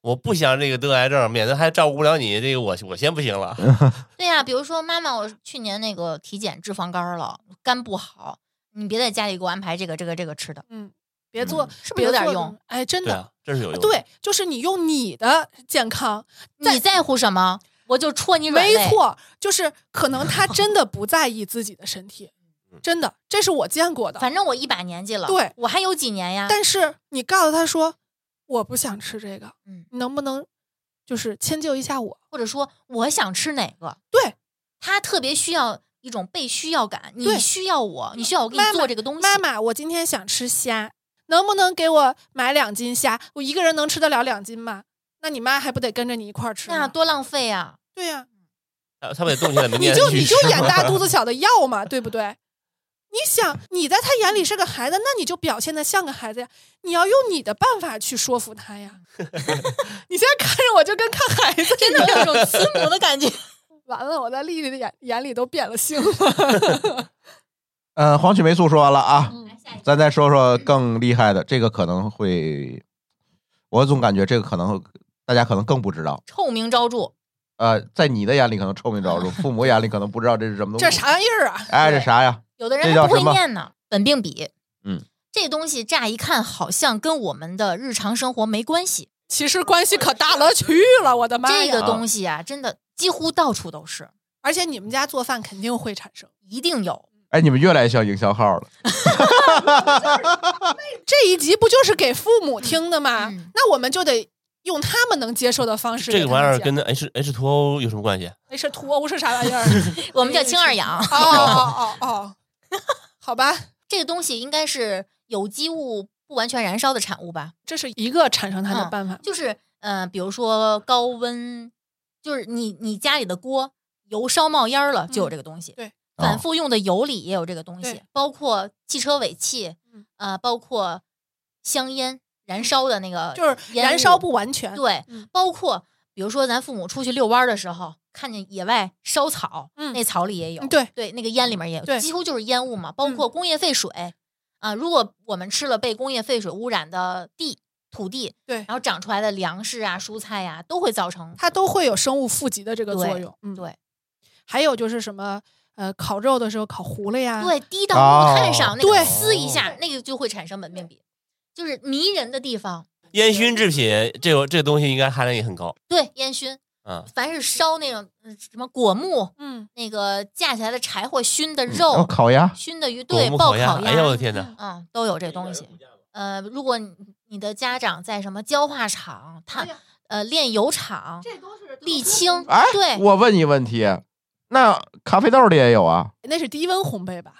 我不想这个得癌症，免得还照顾不了你，这个我我先不行了。
嗯
对呀、比如说妈妈，我去年那个体检脂肪肝儿了，肝不好，你别在家里给我安排这个这个这个吃的，
嗯，别做，
是不
别
是有点
做
用？？
哎，真
对
的，
啊，这是有用的。
对，就是你用你的健
(laughs)
康
你在乎什么？我就戳你软肋。
没，错，就是可能他真的不在意自己的身体
嗯，
真的，这是我见
(laughs)
过的。
反正我一把年纪了，
对
我还有几年呀？
但是你告诉他说，我不想吃这个，
嗯
你能不能就是迁就一下我？
或者说我想吃哪个，
对，
他特别需要一种被需要感，
对
你需要我，你需要我给你
妈妈
做这个东西。
妈妈，我今天想吃虾，能不能给我买两斤虾？我一个人能吃得了两斤吗？那你妈还不得跟着你一块儿吃
那
吗？
多浪费啊！
对呀、
他他们得动
(laughs)
起来，明
你
年
就
继续
你就
吃
演
嘛
大
(laughs)
肚子小的要嘛，对不对？你想，你在他眼里是个孩子，那你就表现的像个孩子呀。你要用你的办法去说服他
(laughs)
呀。你现在看着我就跟看孩子，
真的有一种慈母的感觉。
完了，我在丽丽的眼眼里都变了性了。
嗯，黄曲霉素说完了啊，
嗯
咱再说说更厉害的，这个可能会，我总感觉这个可能会大家可能更不知道。
臭名昭著，
呃，在你的眼里可能臭
(laughs)
名昭著，父母眼里可能不知道这是什么东西。
这啥？玩意儿啊？
哎，这啥呀？
有的
这
人
叫
还不
什
会
么
念呢。本病比，
嗯，
这东西乍一看好像跟我们的日常生活没关系，
其实关系可大了 (laughs) 去了，我的妈呀！
这个东西啊，真的几乎到处都是，
而且你们家做饭肯定会产生
一定有。
哎，你们越来越像营销号了。
这一集，不就是给父母听的吗？
嗯
那我们就得用他们能接受的方式
这
给
个
他
玩意
们
儿
讲。
跟 H H 2 O 有什么关系？啊
没事，土欧是啥玩意
(laughs)
儿？
我们叫清二氧，
哦哦哦哦，好吧，
(laughs) 这个东西应该是有机物不完全燃烧的产物吧？
这是一个产生它的办法。
就是呃，比如说高温，就是你你家里的锅油烧冒烟儿了，就有这个东西。
嗯对
反复用的油里也有这个东西
对，
包括汽车尾气
嗯，
呃，包括香烟燃烧的那个，
就是燃烧不完全，
对
嗯，
包括比如说咱父母出去遛弯儿的时候，看见野外烧草，
嗯
那草里也有，
嗯对
对，那个烟里面也有，
对嗯
几乎就是烟雾嘛。包括工业废水啊，如果我们吃了被工业废水污染的地土地，
对
然后长出来的粮食啊、蔬菜呀、都会造成
它都会有生物负极的这个作
对
用。嗯，
对
还有就是什么呃，烤肉的时候烤糊了呀，
对滴到
哦
木炭上，那个
啊对哦
撕一下，那个就会产生苯并芘，就是迷人的地方。
烟熏制品，这个这个东西应该含量也很高
对，烟熏，
啊。
凡是烧那种呃什么果木，
嗯，
那个架起来的柴火熏的
哦
然后
肉，
烤鸭，
熏的鱼，
嗯果
对，
木
爆
烤鸭，哎呀，我的天哪！
(laughs) 嗯
嗯，都有这东西。呃，如果你你的家长在什么焦化厂、
哎
他
呀
呃炼油厂、
这都是
沥青，
哎，
对，
我问你问题，那咖啡豆里也有啊？
那是低温烘焙吧？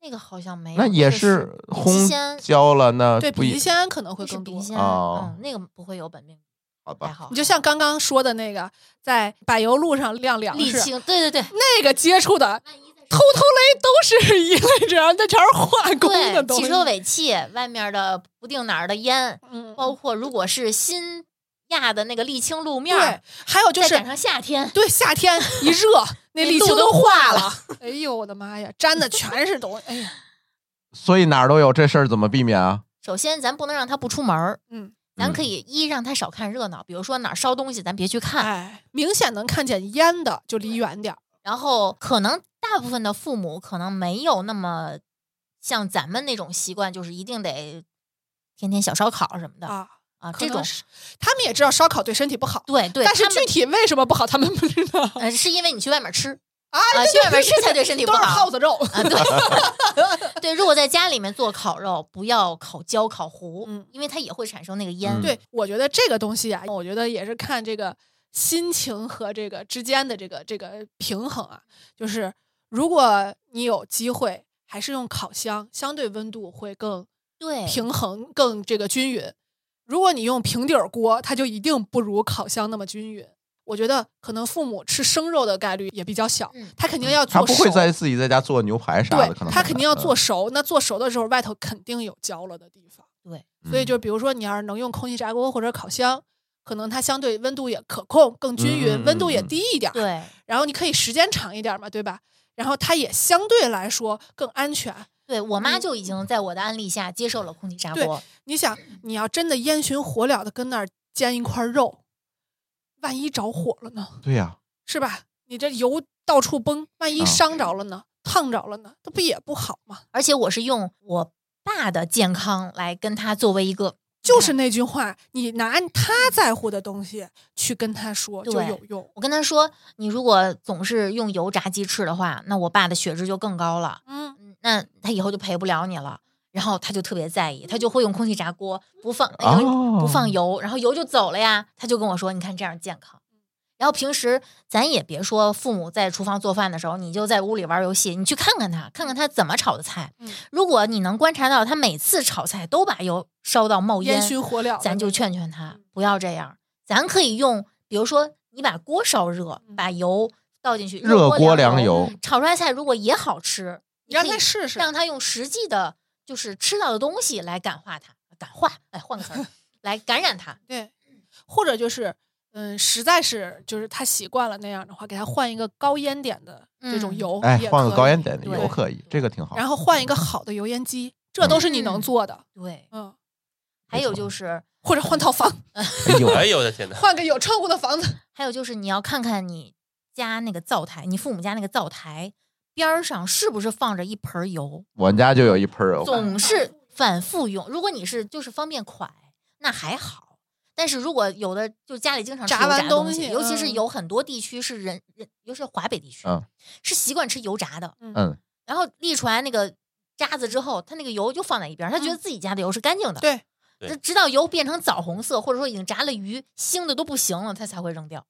那个好像没有，
那也
这
是
郫
烘
县
焦了，那
对，
不
丙
一
酰酰胺可能
那
会
是
更
丙
多。
酰胺，
哦
嗯，那个不会有苯并
好
芘，还
吧？
好。
你就像刚刚说的那个，在柏油路上晾粮
沥
食，
青，对对对，
那个接触的偷偷勒都是一类这样，那全是化工的
对，
东西。
汽车，尾气外面的不定哪儿的烟，
嗯，
包括如果是新压的那个沥青路面
对
儿，，
还有就
再
是
赶上夏天，
对，夏天一
(laughs)
热，那
那
沥
路
青
都
化
化
了。哎呦，我的妈呀，粘的全是东西。哎
(laughs)
呀，
所以哪儿都有，这事儿怎么避免啊？
首先咱不能让他不出门儿，
嗯，
咱可
以
以一让他少看热闹，比如说哪儿烧东西，咱别去看。
哎，明显能看见烟的就离远点儿。
然后可能大部分的父母可能没有那么像咱们那种习惯，就是一定得天天小烧烤什么的啊
啊，可
这
能
种
是他们也知道烧烤对身体不好，
对对，
但是
他们
具体为什么不好，他们不知道。
呃是因为你去外
(laughs)
面吃
啊，
啊，去外面吃才对身体不
都是耗
好
子肉。
啊。对对，如果在家里面做烤肉，不要烤焦、烤糊，
嗯
因为它也会产生那个烟。
嗯
对，我觉得这个东西啊，我觉得也是看这个心情和这个之间的这个这个平衡啊。就是如果你有机会，还是用烤箱，相对温度会更
对
平衡更这个均匀。如果你用平底儿锅，它就一定不如烤箱那么均匀。我觉得可能父母吃生肉的概率也比较小
嗯，
他肯定要
他
呃做
不
熟。
会在自己在家做牛排啥的，可
对，
能
他肯定要做
嗯
熟。那做熟的时候，外头肯定有焦了的地方。
对，
所以就
嗯
比如说，你要是能用空气炸锅或者烤箱，可能它相对温度也可控，更均
嗯嗯
匀，温度也
嗯嗯
低一点。，
对
然后你可以时间长一点嘛，对吧？然后它也相对来说更安全。
对，我妈就已经在我的安利下接受了空气炸
嗯对
锅。
你想，你要真的烟熏火燎的跟那儿煎一块肉，万一着火了呢？
嗯对呀，
是吧？你这油到处崩，万一
啊
伤着了呢？烫着了呢？这不也不好吗？
而且我是用我爸的健康来跟他作为一个，
就是那句话，你拿他在乎的东西去跟他说就
对
有用。
我跟他说，你如果总是用油炸鸡翅的话，那我爸的血脂就更高了，
嗯，
嗯那他以后就陪不了你了。然后他就特别在意，他就会用空气炸锅不放、呃
哦
不放油，然后油就走了呀。他就跟我说：“你看这样健康。”然后平时咱也别说父母在厨房做饭的时候，你就在屋里玩游戏，你去看看他，看看他怎么炒的菜。
嗯
如果你能观察到他每次炒菜都把油烧到冒
烟
烟，
熏火燎的那种，
咱就劝劝他不要这样。咱可以用，比如说你把锅烧热，把油倒进去，
热
锅
锅凉
油，
油
嗯，
炒出来菜如果也好吃，
你让
可以
他试试，
让他用实际的，就是吃到的东西来感化他，感化，哎，换个词
(laughs)
儿，来感染他。
对，或者就是，嗯，实在是就是他习惯了那样的话，给他换一个高烟点的这种
嗯
油，
哎，换个高
烟
烟点的
对
油可以，这个挺好。
然后换一个好的油烟机，这都是你能
嗯
做的，
对，
嗯，
还有就是，
或者换套房，
哎呦，
哎呦我的天哪！
换个有窗户的房子，
还有就是你要看看你家那个灶台，你父母家那个灶台边儿上是不是放着一盆儿油，
我们家就有一盆儿油，
总是反复用。如果你是就是方便快，那还好。但是如果有的就家里经常吃
炸
油
完
炸
东
东
西
尤其是
嗯
有很多地区是人人，尤其是华北地区，
嗯
是习惯吃油炸的。
嗯，
然后沥出来那个渣子之后，他那个油就放在一边儿，他觉得
嗯
自己家的油是干净的。
对，
对
这直到油变成枣红色，或者说已经炸了鱼，腥的都不行了，他才会扔掉。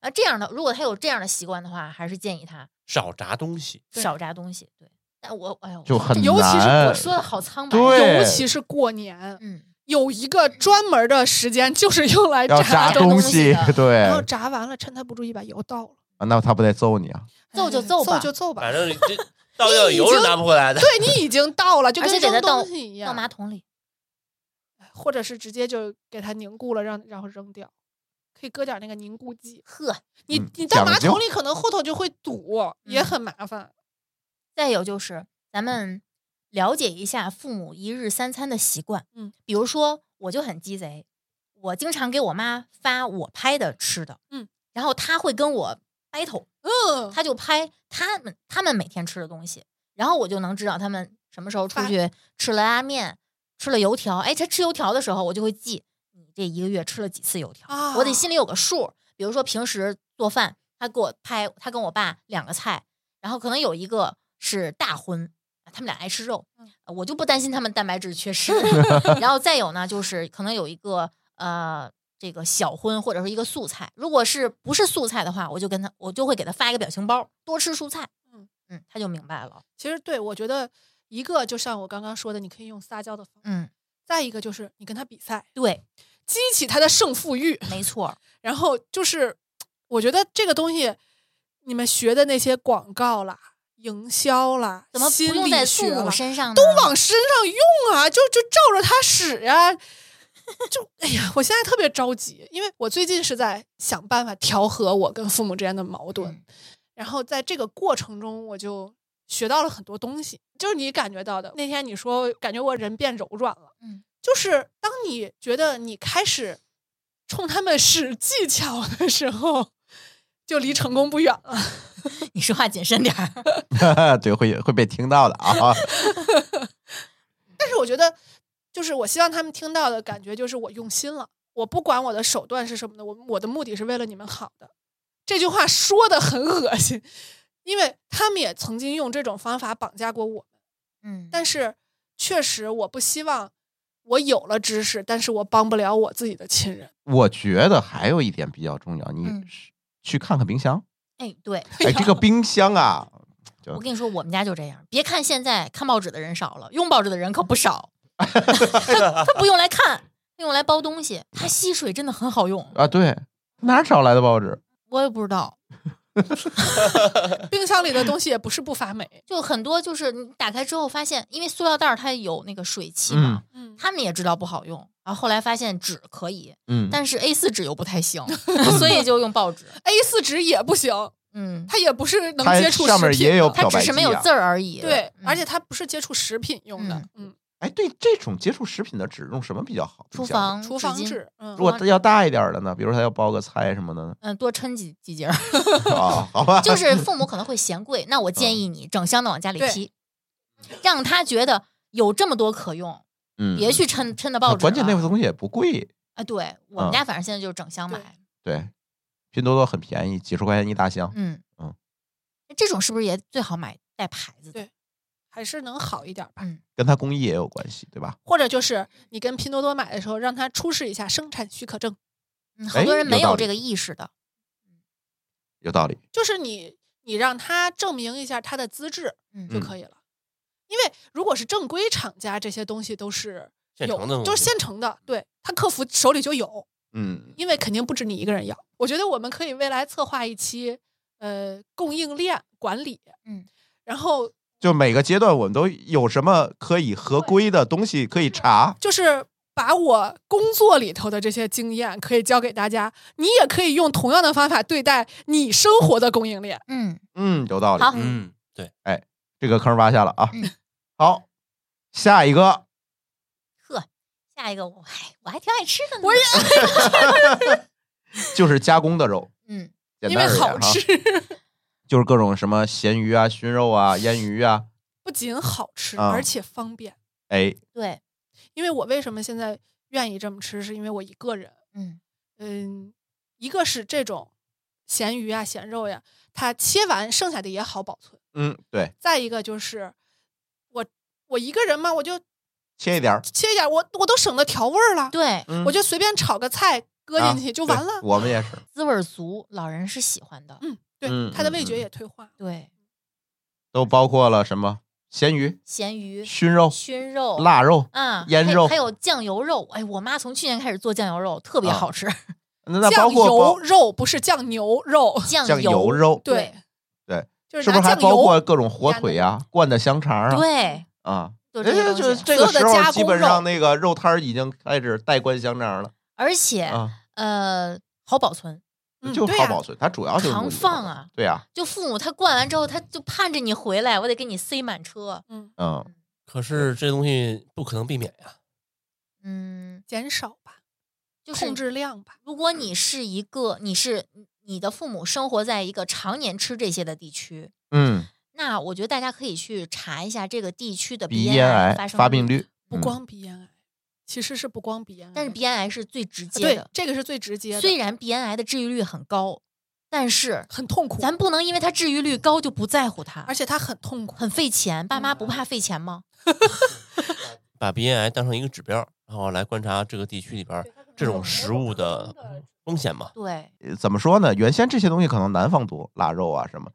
啊，这样的，如果他有这样的习惯的话，还是建议他
少炸东西，
对
少炸东西。对，但我哎呦，
就
我
很
尤其是
难
我。说的好苍白。
对
尤其是过年，
嗯，
有一个专门的时间就是用来
要
炸
炸
东
东
西
西哎
的，
对
然，后炸完了，趁他不注意把油倒了，
啊那他不得揍你啊？
揍就
哎
揍吧
揍就揍吧 (laughs)
反，正这倒掉油是拿不回来的。
对你已经倒了，就
而
跟
且给
扔
他倒
东西一
倒马
样，
桶里。
或者是直接就给它凝固了，让然后扔掉，可以搁点那个凝固剂。
呵，
你
嗯
你到
讲
马
究
桶里可能后头就会堵，也
嗯
很麻烦。
再有就是咱们了解一下父母一日三餐的习惯。
嗯，
比如说我就很鸡贼，我经常给我妈发我拍的吃的。
嗯，
然后她会跟我 battle。
嗯，
他就拍他们他们每天吃的东西，然后我就能知道他们什么时候出
发
去吃了拉面，吃了油条。哎，他吃油条的时候，我就会记你这一个月吃了几次油条，我得
啊
心里有个数。比如说平时做饭，他给我拍他跟我爸两个菜，然后可能有一个是大荤，他们俩爱吃肉，
嗯
我就不担心他们蛋白质缺
(laughs)
失。然后再有呢，就是可能有一个呃。这个小荤或者说一个素菜，如果是不是素菜的话，我就跟他，我就会给他发一个表情包，多吃蔬菜。
嗯
嗯，他就明白了。
其实对我觉得一个就像我刚刚说的，你可以用撒娇的方法；
嗯，
再一个就是你跟他比赛，
对，
激起他的胜负欲。
没错儿。
然后就是，我觉得这个东西，你们学的那些广告啦、营销啦、
怎么不
心
用
理
在
学
父
啦
母，身上呢？
都往身上用啊，就就照着它使呀、就哎呀，我现在特别着急，因为我最近是在想办法调和我跟父母之间的矛盾，
嗯
然后在这个过程中，我就学到了很多东西，就是你感觉到的。那天你说感觉我人变柔软了，
嗯，
就是当你觉得你开始冲他们使技巧的时候，就离成功不远了。
(laughs) 你说话谨慎点
(laughs)
儿。
啊 (laughs) 对，会会被听到的啊。 (laughs)
但是我觉得，就是我希望他们听到的感觉就是我用心了，我不管我的手段是什么的，我我的目的是为了你们好的。这句话说的很恶心，因为他们也曾经用这种方法绑架过我，
嗯，
但是确实我不希望我有了知识，但是我帮不了我自己的亲人。
我觉得还有一点比较重要，你
嗯
是去看看冰箱。
哎，对，
哎，这个冰箱啊，
我跟你说，我们家就这样。别看现在看报纸的人少了，用报纸的人可不
(laughs)
少。他他不用来看，他用来包东西。它吸水真的很好用，
啊，对，哪儿找来的报纸？
我也不知道。
冰箱里的东西也不是不发霉，
就很多就是你打开之后发现，因为塑料袋儿它有那个水汽嘛
嗯，
嗯，
他们也知道不好用，然后后来发现纸可以，
嗯，
但是 A 四纸又不太
(laughs)
行，所以就用报纸。
A 四纸也不行，
(laughs)
嗯，
它也不是能
它
接触食品的，
上面也有
它
漂
只
白
是没
剂
有
啊
字儿而已。
对，
嗯
而且它不是接触食品用的，嗯，
哎，对这种接触食品的纸用什么比较好？
厨
冰箱
房
里
厨房
纸巾，？
纸，嗯
如，果要大一点儿的呢，比如说他要包个菜什么的呢
(laughs) 嗯，多抻几几节儿。
啊，好吧，
就是父母可能会嫌贵，那我
嗯
建议你整箱的往家里
对
批，让他觉得有这么多可用，
嗯
别去抻抻的
啊
报纸了。
关键那个东西也不贵，
啊，对我们
嗯
家反正现在就是整箱
对
买。
对，拼多多很便宜，几十块钱一大箱。
嗯
嗯，
这种是不是也最好买带牌子的？
对还是能好一点吧。
嗯，
跟它工艺也有关系，对吧？
或者就是你跟拼多多买的时候，让他出示一下生产许可证。
嗯，好多
哎
人
有
没
道
有
理
这个意识的。
有道理。
就是你你让他证明一下他的资质
嗯
就可以了。因为如果是正规厂家，这些东西都是
现
有
成的
就是现成的，对他客服手里就有，
嗯，
因为肯定不止你一个人要。我觉得我们可以未来策划一期，呃，供应链管理，
嗯，
然后
就每个阶段我们都有什么可以合规的东西可以查，
就是把我工作里头的这些经验可以教给大家，你也可以用同样的方法对待你生活的供应链。
嗯，
嗯，有道理。
好，
嗯，对，
这个坑挖下了啊
嗯。
好，下一个，
下一个我还我还挺爱吃的呢，
我也
就是加工的肉，
嗯，
简
因为
单而
好
言哈，
吃，
(laughs) 就是各种什么咸鱼啊、熏
(laughs)
肉啊、腌鱼啊，
不仅好吃，
啊
而且方便。
哎，
对，
因为我为什么现在愿意这么吃，是因为我一个人，
嗯
嗯，一个是这种咸鱼啊、咸肉呀、它切完剩下的也好保存；
嗯，对，
再一个就是我我一个人嘛，我就
切一点儿，
切一点，我我都省得调味儿了，
对，
嗯
我就随便炒个菜搁进去
啊
就完
对
了。
我们也是，
滋味儿足，老人是喜欢的，
嗯，对，
嗯
它的味
嗯
觉
嗯
也退化。
对，
都包括了什么咸鱼、
咸鱼、
熏肉、
熏肉、
腊肉，
啊，
腌
还
肉
还有酱油肉。哎，我妈从去年开始做酱油肉，特别
啊
好
(laughs)
吃。
那那包
酱
括
油
包
肉不是酱牛肉，
酱
酱油肉，
对
对，
就是
不
拿
是还
酱
包括
油
各种火腿呀、灌的香肠啊？
对，
啊，
就这些
哎，就
东
是
西。
这个
所有的
时候
加
基
工
本
肉
上那个肉摊儿已经开始代灌香肠了
而且
啊，
呃，好保存，
哎嗯
就是
对
好
呀
保存，它主要就是
常
目的
放啊，
对呀，
就父母他灌完之后，他就盼着你回来，我得给你塞满车。
嗯，
嗯，
可是这东西不可能避免呀，
嗯，
减少吧，
就是
控制量吧。
如果你是一个，你是你的父母生活在一个常年吃这些的地区，
嗯，
那我觉得大家可以去查一下这个地区的
鼻
咽
咽癌
发生
发病
率，
率
不
嗯
光鼻咽癌，其实是不光鼻咽癌，
但是鼻咽癌是最直
啊
接
对
的。
这个是最直接的，
虽然鼻咽癌的治愈率很高，但是
很痛苦，
咱不能因为它治愈率高就不在乎它，
而且嗯它很痛苦。
很费钱。爸妈不怕费钱吗？
把鼻咽癌当成一个指标，然后来观察这个地区里边儿这种食物的风险嘛。
对，
呃怎么说呢？原先这些东西可能南方多，腊肉啊什么，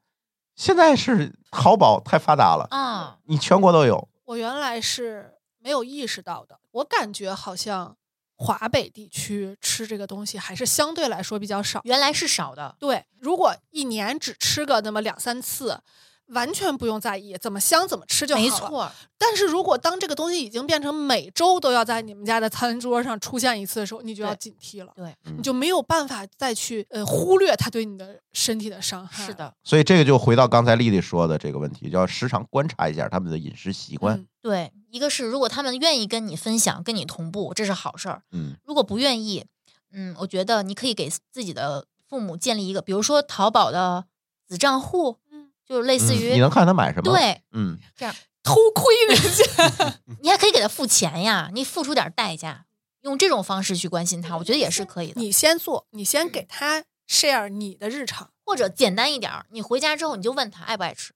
现在是淘宝太发达了，
啊，
你全国都有，
我原来是没有意识到的，我感觉好像华北地区吃这个东西还是相对来说比较少。
原来是少的，
对，如果一年只吃个那么两三次，完全不用在意，怎么香怎么吃就好了。
没。错儿，
但是如果当这个东西已经变成每周都要在你们家的餐桌上出现一次的时候，你就要
对
警惕了，
对，
你就没有办法再去呃忽略它对你的身体的伤害。
是，的，
所以这个就回到刚才丽丽说的这个问题，就要时常观察一下他们的饮食习惯。
嗯
对。一个是如果他们愿意跟你分享、跟你同步，这是好事儿；
嗯
如果不愿意，嗯，我觉得你可以给自己的父母建立一个，比如说淘宝的子账户，
嗯，
就是类似
嗯，
于、
你能看他买什么？，
对，
嗯，
偷窥人家，
(laughs)
你还可以给他付钱呀，你付出点儿代价，用这种方式去关
嗯
心他，我觉得也是可以的。
你先做，你先给他 share 你的日常。
或者简单一点儿，你回家之后你就问他爱不爱吃，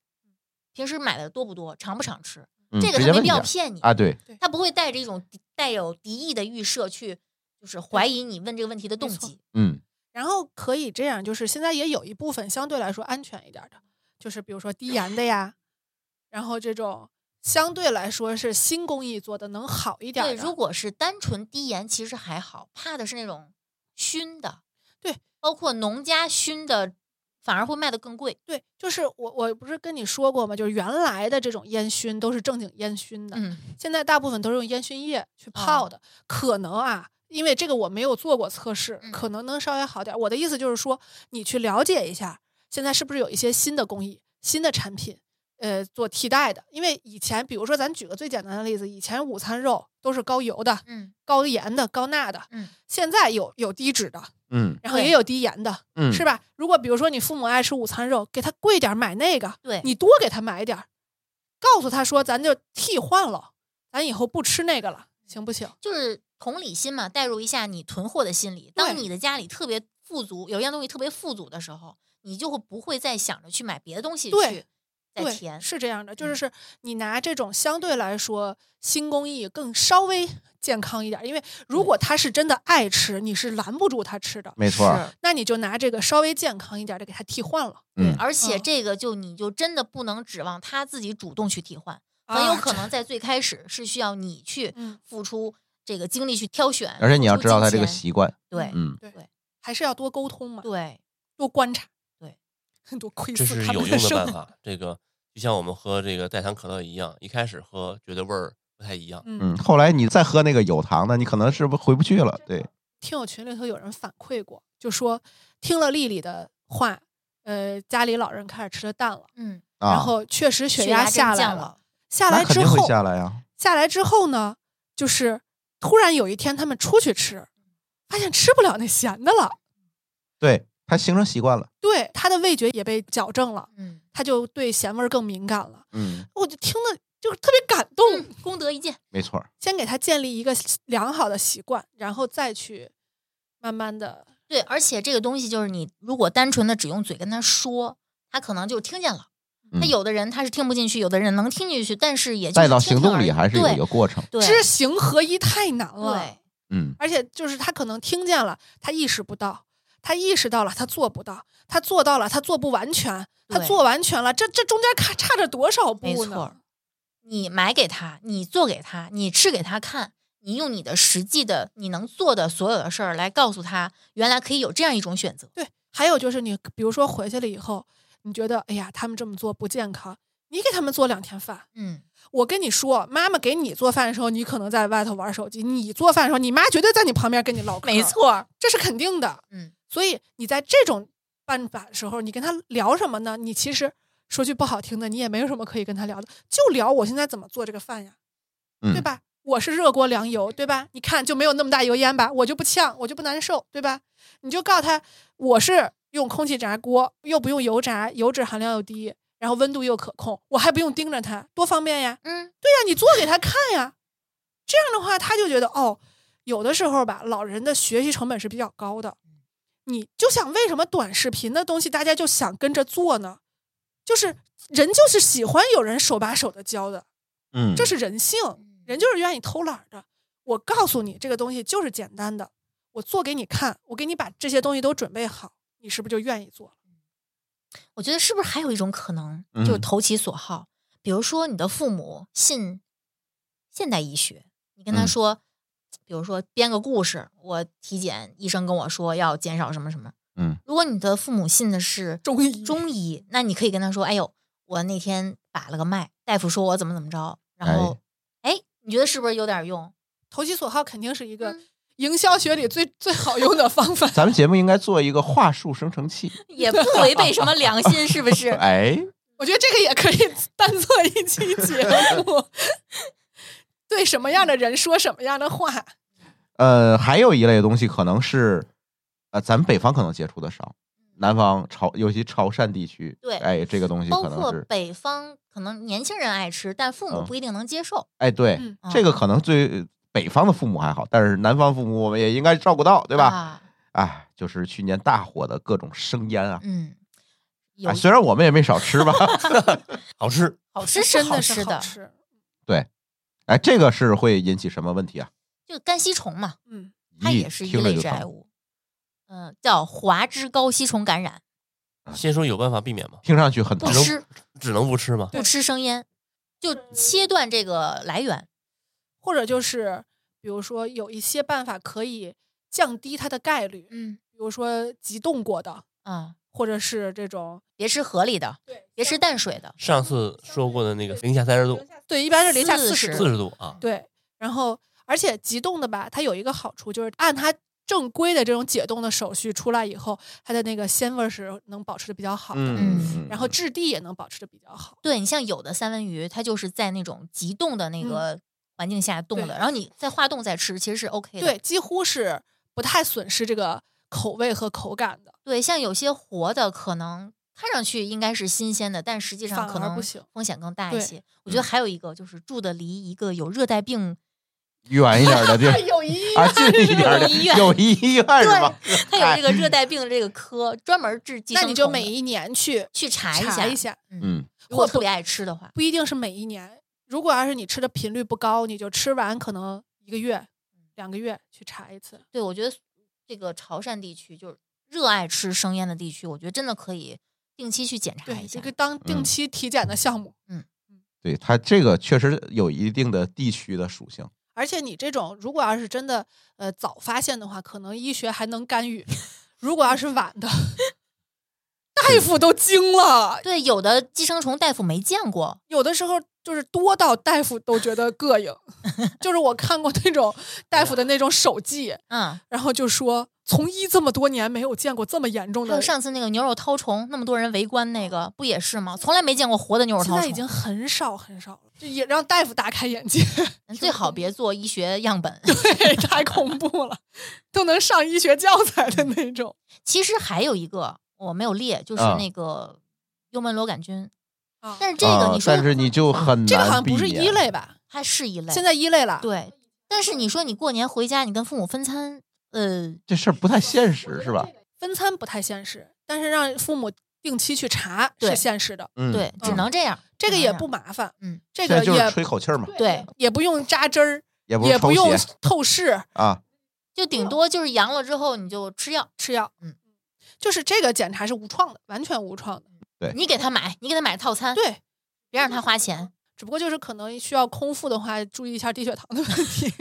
平时买的多不多，常不常吃，
嗯
这个他
直接
没
问
必
一
要
下
骗你，
啊，对，
他不会带着一种敌带有敌意的预设去，就是怀疑你问这个问题的动
没错
机。
嗯
然后可以这样，就是现在也有一部分相对来说安全一点的，就是比如说低盐的呀，然后这种相对来说是新工艺做的能好一点
对，
的。
如果是单纯低盐，其实还好，怕的是那种熏的，
对，
包括农家熏的，反而会卖的更贵。
对，就是我我不是跟你说过吗？就是原来的这种烟熏都是正经烟熏的，
嗯，
现在大部分都是用烟熏液
哦
去泡的，可能啊。因为这个我没有做过测试
嗯，
可能能稍微好点儿。我的意思就是说，你去了解一下，现在是不是有一些新的工艺、新的产品，呃，做替代的？因为以前，比如说咱举个最简单的例子，以前午餐肉都是高油的、
嗯
高盐的、高钠的，
嗯
现在有有低脂的，
嗯
然后也
对
有低盐的，
嗯，
是
吧？
吧？如果比如说你父母爱吃午餐肉，给他贵点儿买那个，
对
你多给他买点儿，告诉他说咱就替换了，咱以后不吃那个了，行不行？
就是同理心嘛，带入一下你囤货的心理。当
对
你的家里特别富足，有一样东西特别富足的时候，你就会不会再想着去买别的东西嗯
对
去在
对，
前，
是这样的，就是是你拿这种相对来说新工艺更稍微健康一点，因为如果他是真的爱吃，你是拦不住他吃的，
没错儿，
是
那你就拿这个稍微健康一点的给他替换了，
对，
嗯
而且
嗯
这个就你就真的不能指望他自己主动去替换，很有
啊
可能在最开始是需要你去
嗯，
付出这个精力去挑选，
而且你要
付出
知道他这个
金钱
习惯，
对
嗯，
还是要多沟通嘛，
对，
多观察，
对，
多窥
这
视
是
他
有
们
用的
生
办
活，
法。这个就像我们喝这个代糖可乐一样，一开始喝觉得味儿不太一样，
嗯，
嗯，后来你再喝那个有糖的，你可能是不回不去了，对，
听友群里头有人反馈过，就说听了丽丽的话，呃，家里老人开始吃的淡了，
嗯，
啊，
然后确实血
血
压
真
下来
降
了
了，
下
那
来
肯
之
定会
后，
下来啊呀，
下来之后呢，就是突然有一天他们出去吃，发现吃不了那咸的了，
对，他形成习惯了，
对他的味觉也被矫正了，
嗯，
他就对咸味儿更敏感了。
嗯，
我就听了就是特别感动，
嗯功德一件，
没错儿，
先给他建立一个良好的习惯，然后再去慢慢的，
对，而且这个东西就是你如果单纯的只用嘴跟他说，他可能就听见了。他
嗯
有的人他是听不进去，有的人能听进去，但是也就是
带到
听
行
听
动
而
里
已
还是有一
对
个过程，
对
知行合一太难了
对。
嗯，
而且就是他可能听见了，他意识不到；他意识到了，他做不到；他做到了，他做不完全；他
对
做完全了，这这中间差差着多少
没
步
错
呢
儿？，你买给他，你做给他，你吃给他看，你用你的实际的你能做的所有的事儿来告诉他，原来可以有这样一种选择。
对，还有就是你，比如说回去了以后，你觉得哎呀，他们这么做不健康，你给他们做两天饭。
嗯，
我跟你说，妈妈给你做饭的时候，你可能在外头玩手机；你做饭的时候，你妈绝对在你旁边跟你唠嗑。
没，错儿，
这是肯定的。
嗯，
所以你在这种办法的时候，你跟他聊什么呢？你其实说句不好听的，你也没有什么可以跟他聊的，就聊我现在怎么做这个饭呀，
嗯
对吧？我是热锅凉油，对吧？你看就没有那么大油烟吧，我就不呛，我就不难受，对吧？你就告诉他，我是用空气炸锅，又不用油炸，油脂含量又低，然后温度又可控，我还不用盯着它，多方便呀！
嗯，
对呀，你做给他看呀。这样的话，他就觉得哦，有的时候吧，老人的学习成本是比较高的。你就想为什么短视频的东西大家就想跟着做呢？就是人就是喜欢有人手把手的教的，
嗯，
这是人性，人就是愿意偷懒儿的。我告诉你，这个东西就是简单的，我做给你看，我给你把这些东西都准备好，你是不是就愿意做了？
我觉得是不是还有一种可能，就是
嗯
投其所好？比如说你的父母信现代医学，你跟他
嗯
说，比如说编个故事，我体检医生跟我说要减少什么什么。
嗯，
如果你的父母信的是
中医
中医，那你可以跟他说：“哎呦，我那天把了个脉，大夫说我怎么怎么着。”然后，哎，你觉得是不是有点用？ (laughs)
投其所好肯定是一个
嗯
营销学里最最好用的方法。
咱们节目应该做一个话术生成器，
也不违背什么良心，是不是？
(laughs) 哎，
我觉得这个也可以当做一期节目， (laughs) 对什么样的人说什么样的话。
呃，还有一类东西可能是，呃，咱们北方可能接触的少，南方潮，尤其潮汕地区，
对
哎，这个东西
包
可能
括
是，
北方，可能年轻人爱吃，但父母
嗯
不一定能接受。
哎，对，
嗯
这个可能最北方的父母还好，但是南方父母我们也应该照顾到，对吧？
啊、
哎，就是去年大火的各种生腌啊，
嗯，有
啊，虽然我们也没少吃吧， (laughs)
好吃。
好
吃是
真
好
的
吃
是
的
好吃，
哎，这个是会引起什么问题啊？
就干吸虫嘛，
嗯，
它
咦
也是一
听着
类
就
致癌
疼，
物，嗯、叫华枝高吸虫感染，
嗯
先说有办法避免吗？
听上去很
不
疼，
吃
只能不吃吗？
对
不吃生腌，就切断这个来源。
或者就是比如说有一些办法可以降低它的概率，
嗯
比如说急冻过的，
啊、
或者是这种
别吃河里的，
对
别吃淡水的。
上次说过的那个零下三十度、
对，一般是零下四
40
十
四十度啊，
对，然后而且急冻的吧，它有一个好处就是按它正规的这种解冻的手续出来以后，它的那个鲜味儿是能保持的比较好的，
嗯，
然后质地也能保持的比较好。
对你像有的三文鱼，它就是在那种急冻的那
嗯
个环境下冻的，
对
然后你再化冻再吃，其实是 OK 的。
对，几乎是不太损失这个口味和口感的。
对像有些活的可能看上去应该是新鲜的，但实际上
反
可
而
能
不行
风险更大一
对
嗯
些。我觉得还有一个就是住的离一个有热带病
远一点
(laughs)
的地儿
有医
啊，近一点的
有医院
有医院是吧？
它有这个热带病的这个科，专门治寄
那
生
你就
虫
每
的
一年去
去查一
查
下
一，下，
嗯，
如果特别爱吃的话，
不一定是每一年。如果要是你吃的频率不高，你就吃完可能一个月、两个月去查一次。
对我觉得这个潮汕地区就是热爱吃生腌的地区，我觉得真的可以定期去检查
对，
一
这。
下
个
嗯
当定期体检的项目。
对，它这个确实有一定的地区的属性。
而且你这种如果要是真的呃早发现的话，可能医学还能干
(laughs)
预；如果要是晚的， (laughs) 大夫都惊了，
对，有的寄生虫大夫没见过，
有的时候就是多到大夫都觉得膈
(laughs)
应。就是我看过那种大夫的那种手记，
嗯，
然后就说从医这么多年没有见过这么严重
还有
的，
上次那个牛肉绦虫，那么多人围观那个，不也是吗？从来没见过活的牛肉绦
现
虫，
在已经很少很少了，就也让大夫大开眼界， (laughs)
最好别做医学样本。
对，太恐怖了，都能上医学教材
嗯
的那种
(laughs) 其实还有一个我没有列，就是
啊
那个幽门螺杆菌，
啊。
但是这个
啊
你说
但是你就很
这个好
难
像
避
不
免。
是一类吧？
它是一类，
现在一类了，
对。但是你说你过年回家，你跟父母分餐，呃，
这事儿不太现实是吧？
分餐不太现实，但是让父母定期去查是
对
现实的，
嗯，
对，只
嗯
能这样。
这个
只能
也
样
不麻烦，
嗯，
这
现
个
在就是
也
吹口气儿嘛，
对，
也不用扎针儿，
也不
也
是
不
抽
用
血嗯
透视
啊。
就顶多就是阳了之后你就吃药，
吃药，
嗯，
就是这个检查是无创的，完全无创的，
对
你给他买，你给他买套餐，
对，
别让他花钱。
只不过就是可能需要空腹的话，注意一下低血糖的问题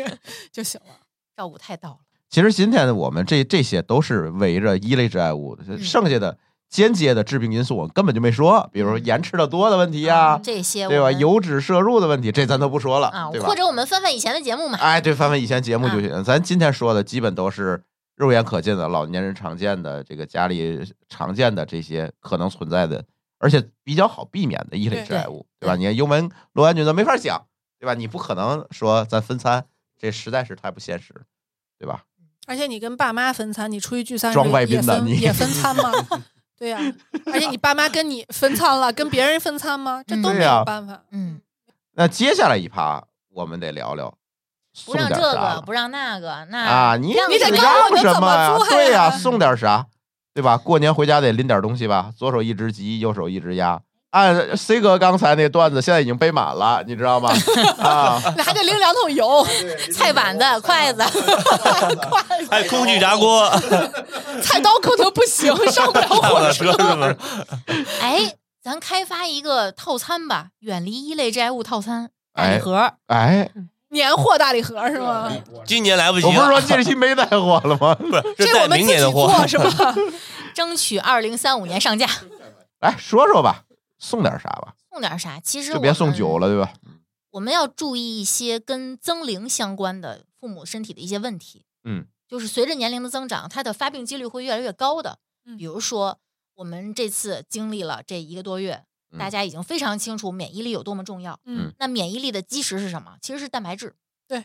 就行了。
照顾太到了，
其实今天我们这这些都是围着一类致癌物，
嗯
剩下的间接的致病因素我们根本就没说，比
嗯
如说盐吃的多的问题哎呀，
这些
对
我
吧？
们
油脂摄入的问题，这咱都不说了
啊，，
对吧
或？者我们翻翻以前的节目嘛，
哎，对，翻翻以前节目
嗯
就行。咱今天说的基本都是肉眼可见的、老年人常见的、这个家里常见的这些可能存在的，而且比较好避免的一类致癌物，对
对
吧？你看幽门螺杆菌咱没法讲，对吧？你不可能说咱分餐，这实在是太不现实，对吧？
而且你跟爸妈分餐，你出去聚餐
装
也
外宾呢
也
你
分也分餐吗？ (laughs) 对呀、而且你爸妈跟你分餐了，跟别人分餐吗？这都
嗯对
没
呀
有办法。
嗯，
那接下来一趴，我们得聊聊
不
送点
让这
啥
个，不让那个，那
啊？你
让
你得
什么
告诉
让
我
什么呀
怎么？做呀
对呀，送点啥，对吧？过年回家得拎点东西吧，左手一只鸡，右手一只鸭。按 C 哥刚才那段子，现在已经背满了，你知道吗？啊，
那还得拎两桶油，
菜板子、筷
(laughs)
子，
(laughs) 还有哎空气炸锅，
(laughs) 菜刀可能不行，
(laughs)
上不了
我
火
的车 (laughs)
车。
是不是？
哎，咱开发一个套餐吧，远离一类致癌物套餐，
哎
礼盒，
哎，
年货大礼盒是吗？
今年来不及
我
了，
不是说这期没带货了吗？
不是
这
在
我们
明
自己
年的货， (laughs)
做是吧？
争取二零三五年上架。
来哎说说吧，送点啥吧，
送点啥？其实
就别送
了。
酒了，对吧？
我们要注意一些跟增龄相关的父母身体的一些问题。
嗯，
就是随着年龄的增长，它的发病几率会越来越高的。
嗯
比如说我们这次经历了这一个多月，
嗯
大家已经非常清楚免疫力有多么重要。
嗯
那免疫力的基石是什么？其实是蛋白质。
对。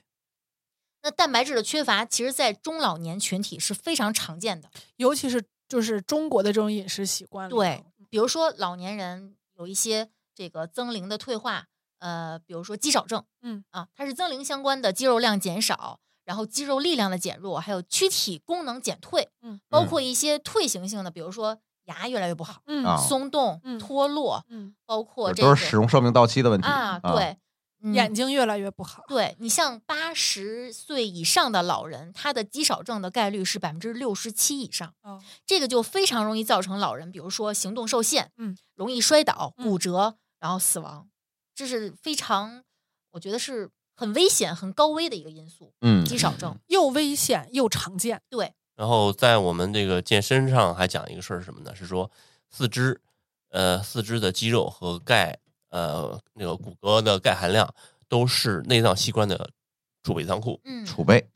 那蛋白质的缺乏，其实在中老年群体是非常常见的。
尤其是就是中国的这种饮食习惯里头，
对，比如说老年人有一些这个增龄的退化，呃，比如说肌少症，
嗯
啊，它是增龄相关的肌肉量减少，然后肌肉力量的减弱，还有躯体功能减退，
嗯
包括一些退行性的，比如说牙越来越不好、
嗯
啊
松动
嗯、
脱落，
嗯，
包括这
都
个
是使用寿命到期的问题
啊，对，嗯
眼睛越来越不好，
对你像八十岁以上的老人，他的肌少症的概率是百分之六十七以上，
哦
这个就非常容易造成老人，比如说行动受限，
嗯，
容易摔倒、
嗯
骨折，然后死亡，这是非常，我觉得是很危险、很高危的一个因素，
嗯，
肌少症。
又危险又常见。
对，
然后在我们这个健身上还讲一个事儿是什么呢？是说四肢，呃，四肢的肌肉和钙，呃，那个骨骼的钙含量都是内脏器官的储备仓库。
嗯，
储备，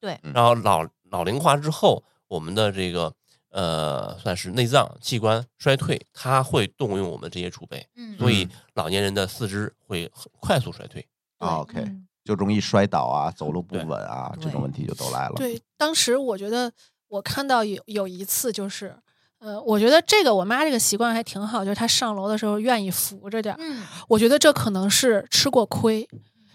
嗯
然后老老龄化之后，我们的这个呃，算是内脏器官衰退，它会动用我们这些储备，
嗯，
所以老年人的四肢会很快速衰退。
对
啊，OK，
嗯
就容易摔倒啊，走路不
对
稳啊，这
对
种问题就都来了。
对，当时我觉得我看到有有一次就是，呃，我觉得这个我妈这个习惯还挺好，就是她上楼的时候愿意扶着点儿。
嗯，
我觉得这可能是吃过亏，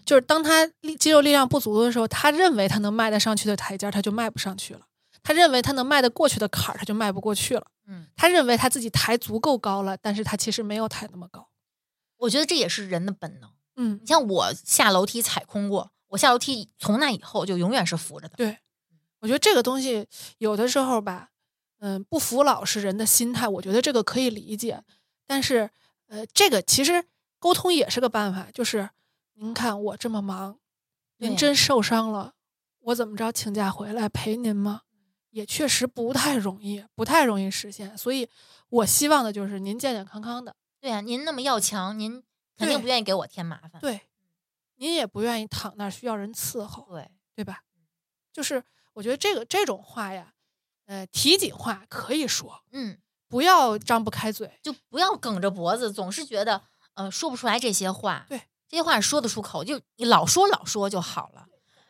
就是当他力肌肉力量不足的时候，他认为他能迈得上去的台阶儿，他就迈不上去了；他认为他能迈得过去的坎儿，他就迈不过去了。
嗯，
他认为他自己抬足够高了，但是他其实没有抬那么高。
我觉得这也是人的本能。
嗯
你，像我下楼梯踩空过，我下楼梯从那以后就永远是扶着的。
对，我觉得这个东西有的时候吧，嗯，不服老是人的心态，我觉得这个可以理解。但是，呃，这个其实沟通也是个办法，就是您看我这么忙，您
对
真受伤了，我怎么着请假回来陪您吗？也确实不太容易，不太容易实现。所以，我希望的就是您健健康康的，
对啊，您那么要强，您肯定
对
不愿意给我添麻烦。
对，您也不愿意躺那儿需要人伺候。
对
对吧？就是我觉得这个这种话呀，呃，提紧话可以说，
嗯，
不要张不开嘴。
就不要梗着脖子，总是觉得呃说不出来这些话。
对，
这些话说得出口，就你老说老说就好了。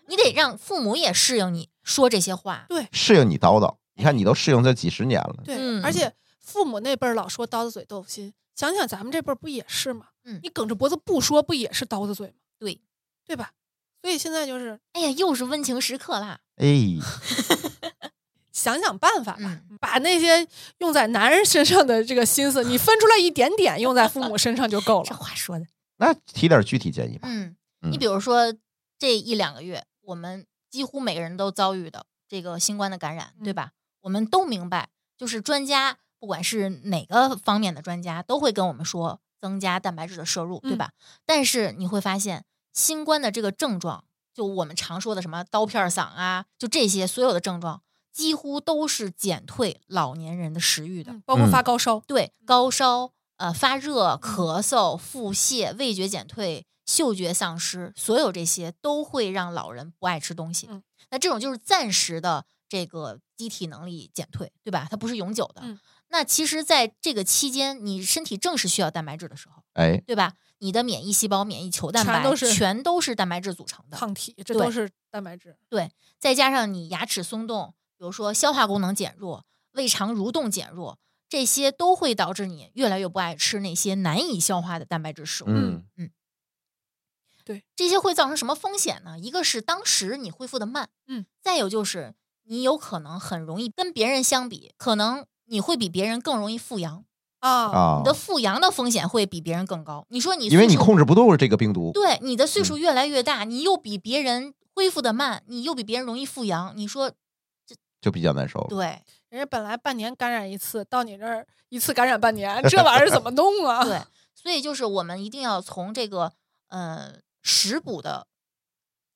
你得让父母也适应你说这些话。
适应你叨叨。你看，你都适应这几十年了，
对，
嗯
而且父母那辈儿老说刀子嘴豆腐心，想想咱们这辈儿不也是吗？
嗯
你梗着脖子不说，不也是刀子嘴吗？
对，
对吧？所以现在就是
哎呀，又是温情时刻啦。
哎，
想想办法吧，
嗯
把那些用在男人身上的这个心思，你分出来一点点用在父母身上就够
这 (laughs)
了。
话说的，
那提点具体建议吧。
嗯，
嗯
你比如说这一两个月，我们几乎每个人都遭遇的这个新冠的感染，对
嗯
吧？我们都明白，就是专家，不管是哪个方面的专家，都会跟我们说增加蛋白质的摄入，对
嗯
吧？但是你会发现，新冠的这个症状，就我们常说的什么刀片儿嗓啊，就这些所有的症状，几乎都是减退老年人的食欲的。
嗯，包括
嗯
发高烧，
对，高烧、呃发热、
嗯
咳嗽、腹泻、味觉减退、嗅觉丧失，所有这些都会让老人不爱吃东西。
嗯
那这种就是暂时的这个机体能力减退，对吧？它不是永久的。
嗯
那其实，在这个期间，你身体正是需要蛋白质的时候，
哎，
对吧？你的免疫细胞、免疫球蛋
全
白
都是
全都是蛋白质组成的，
抗体，这
对
都是蛋白质。
再加上你牙齿松动，比如说消化功能减弱、胃肠蠕动减弱，这些都会导致你越来越不爱吃那些难以消化的蛋白质食物。
嗯
这些会造成什么风险呢？一个是当时你恢复的慢，
嗯，
再有就是你有可能很容易跟别人相比，可能你会比别人更容易复阳，
啊，
啊
你，的复阳的风险会比别人更高。你说你
因为你
岁数
控制嗯不住这个病毒，
对你的岁数越来越大，你又比别人恢复的慢，你又比别人容易复阳，你说
就比较难受。
对？
人家本来半年感染一次，到你这儿一次感染半年，这玩意儿怎么弄啊？ (laughs)
对，所以就是我们一定要从这个呃食补的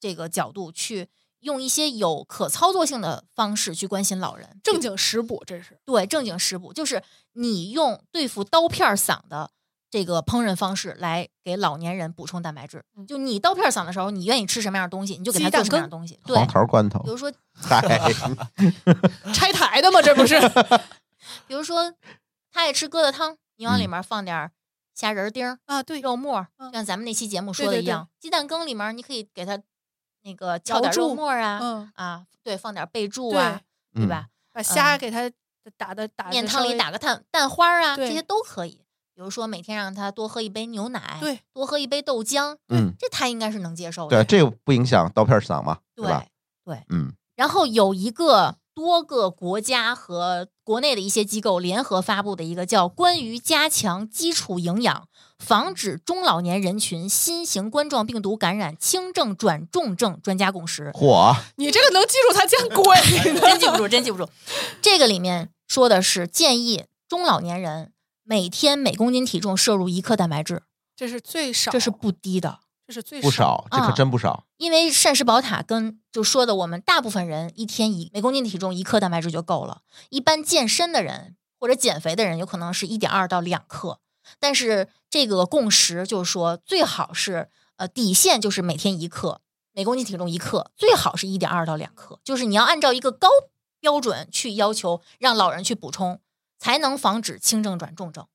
这个角度去用一些有可操作性的方式去关心老人。
正经食补，这是
对正经食补，就是你用对付刀片儿嗓的这个烹饪方式来给老年人补充蛋白质
嗯。
就你刀片儿嗓的时候，你愿意吃什么样的东西，你就给
鸡
他做
蛋
什么样的
羹
东西。对，
黄桃罐头
比，如说
嗨，
拆台的吗？这不
(laughs)
是？
比如说他爱吃疙瘩汤，你往里
嗯
面放点儿虾仁儿丁儿、
啊，对，
肉末儿，
嗯
像咱们那期节目
对
说的
对
一
对
样，鸡蛋羹里面儿你可以给它那个敲
熬
点儿肉
住
末儿啊、
嗯，
啊，对，放点儿备注
对，
啊，对
嗯
吧？？
把虾给它打的打得
面
稍
汤里
微
打个蛋蛋花儿啊，这
对
些都可以。比如说每天让他多喝一杯牛奶，
对，
多喝一杯豆浆，
嗯，
这他应该是能接受
对，
的。
这个不影响刀片嗓嘛，对吧
对？，
嗯，
然后有一个多个国家和国内的一些机构联合发布的一个叫《关于加强基础营养，防止中老年人群新型冠状病毒感染轻症转重症专家共识》，
嚯，
你这个能记住它见
(laughs)
鬼
真记
呢！
不住，真记不住。这个里面说的是建议中老年人每天每公斤体重摄入一克蛋白质，
这是最少，
这是不低的。
这是最
不少，这可
啊
真不少。
因为膳食宝塔跟就说的，我们大部分人一天一每公斤体重一克蛋白质就够了。一般健身的人或者减肥的人，有可能是一点二到两克。但是这个共识就是说，最好是呃底线就是每天一克，每公斤体重一克，最好是一点二到两克。就是你要按照一个高标准去要求，让老人去补充，才能防止轻症转重症。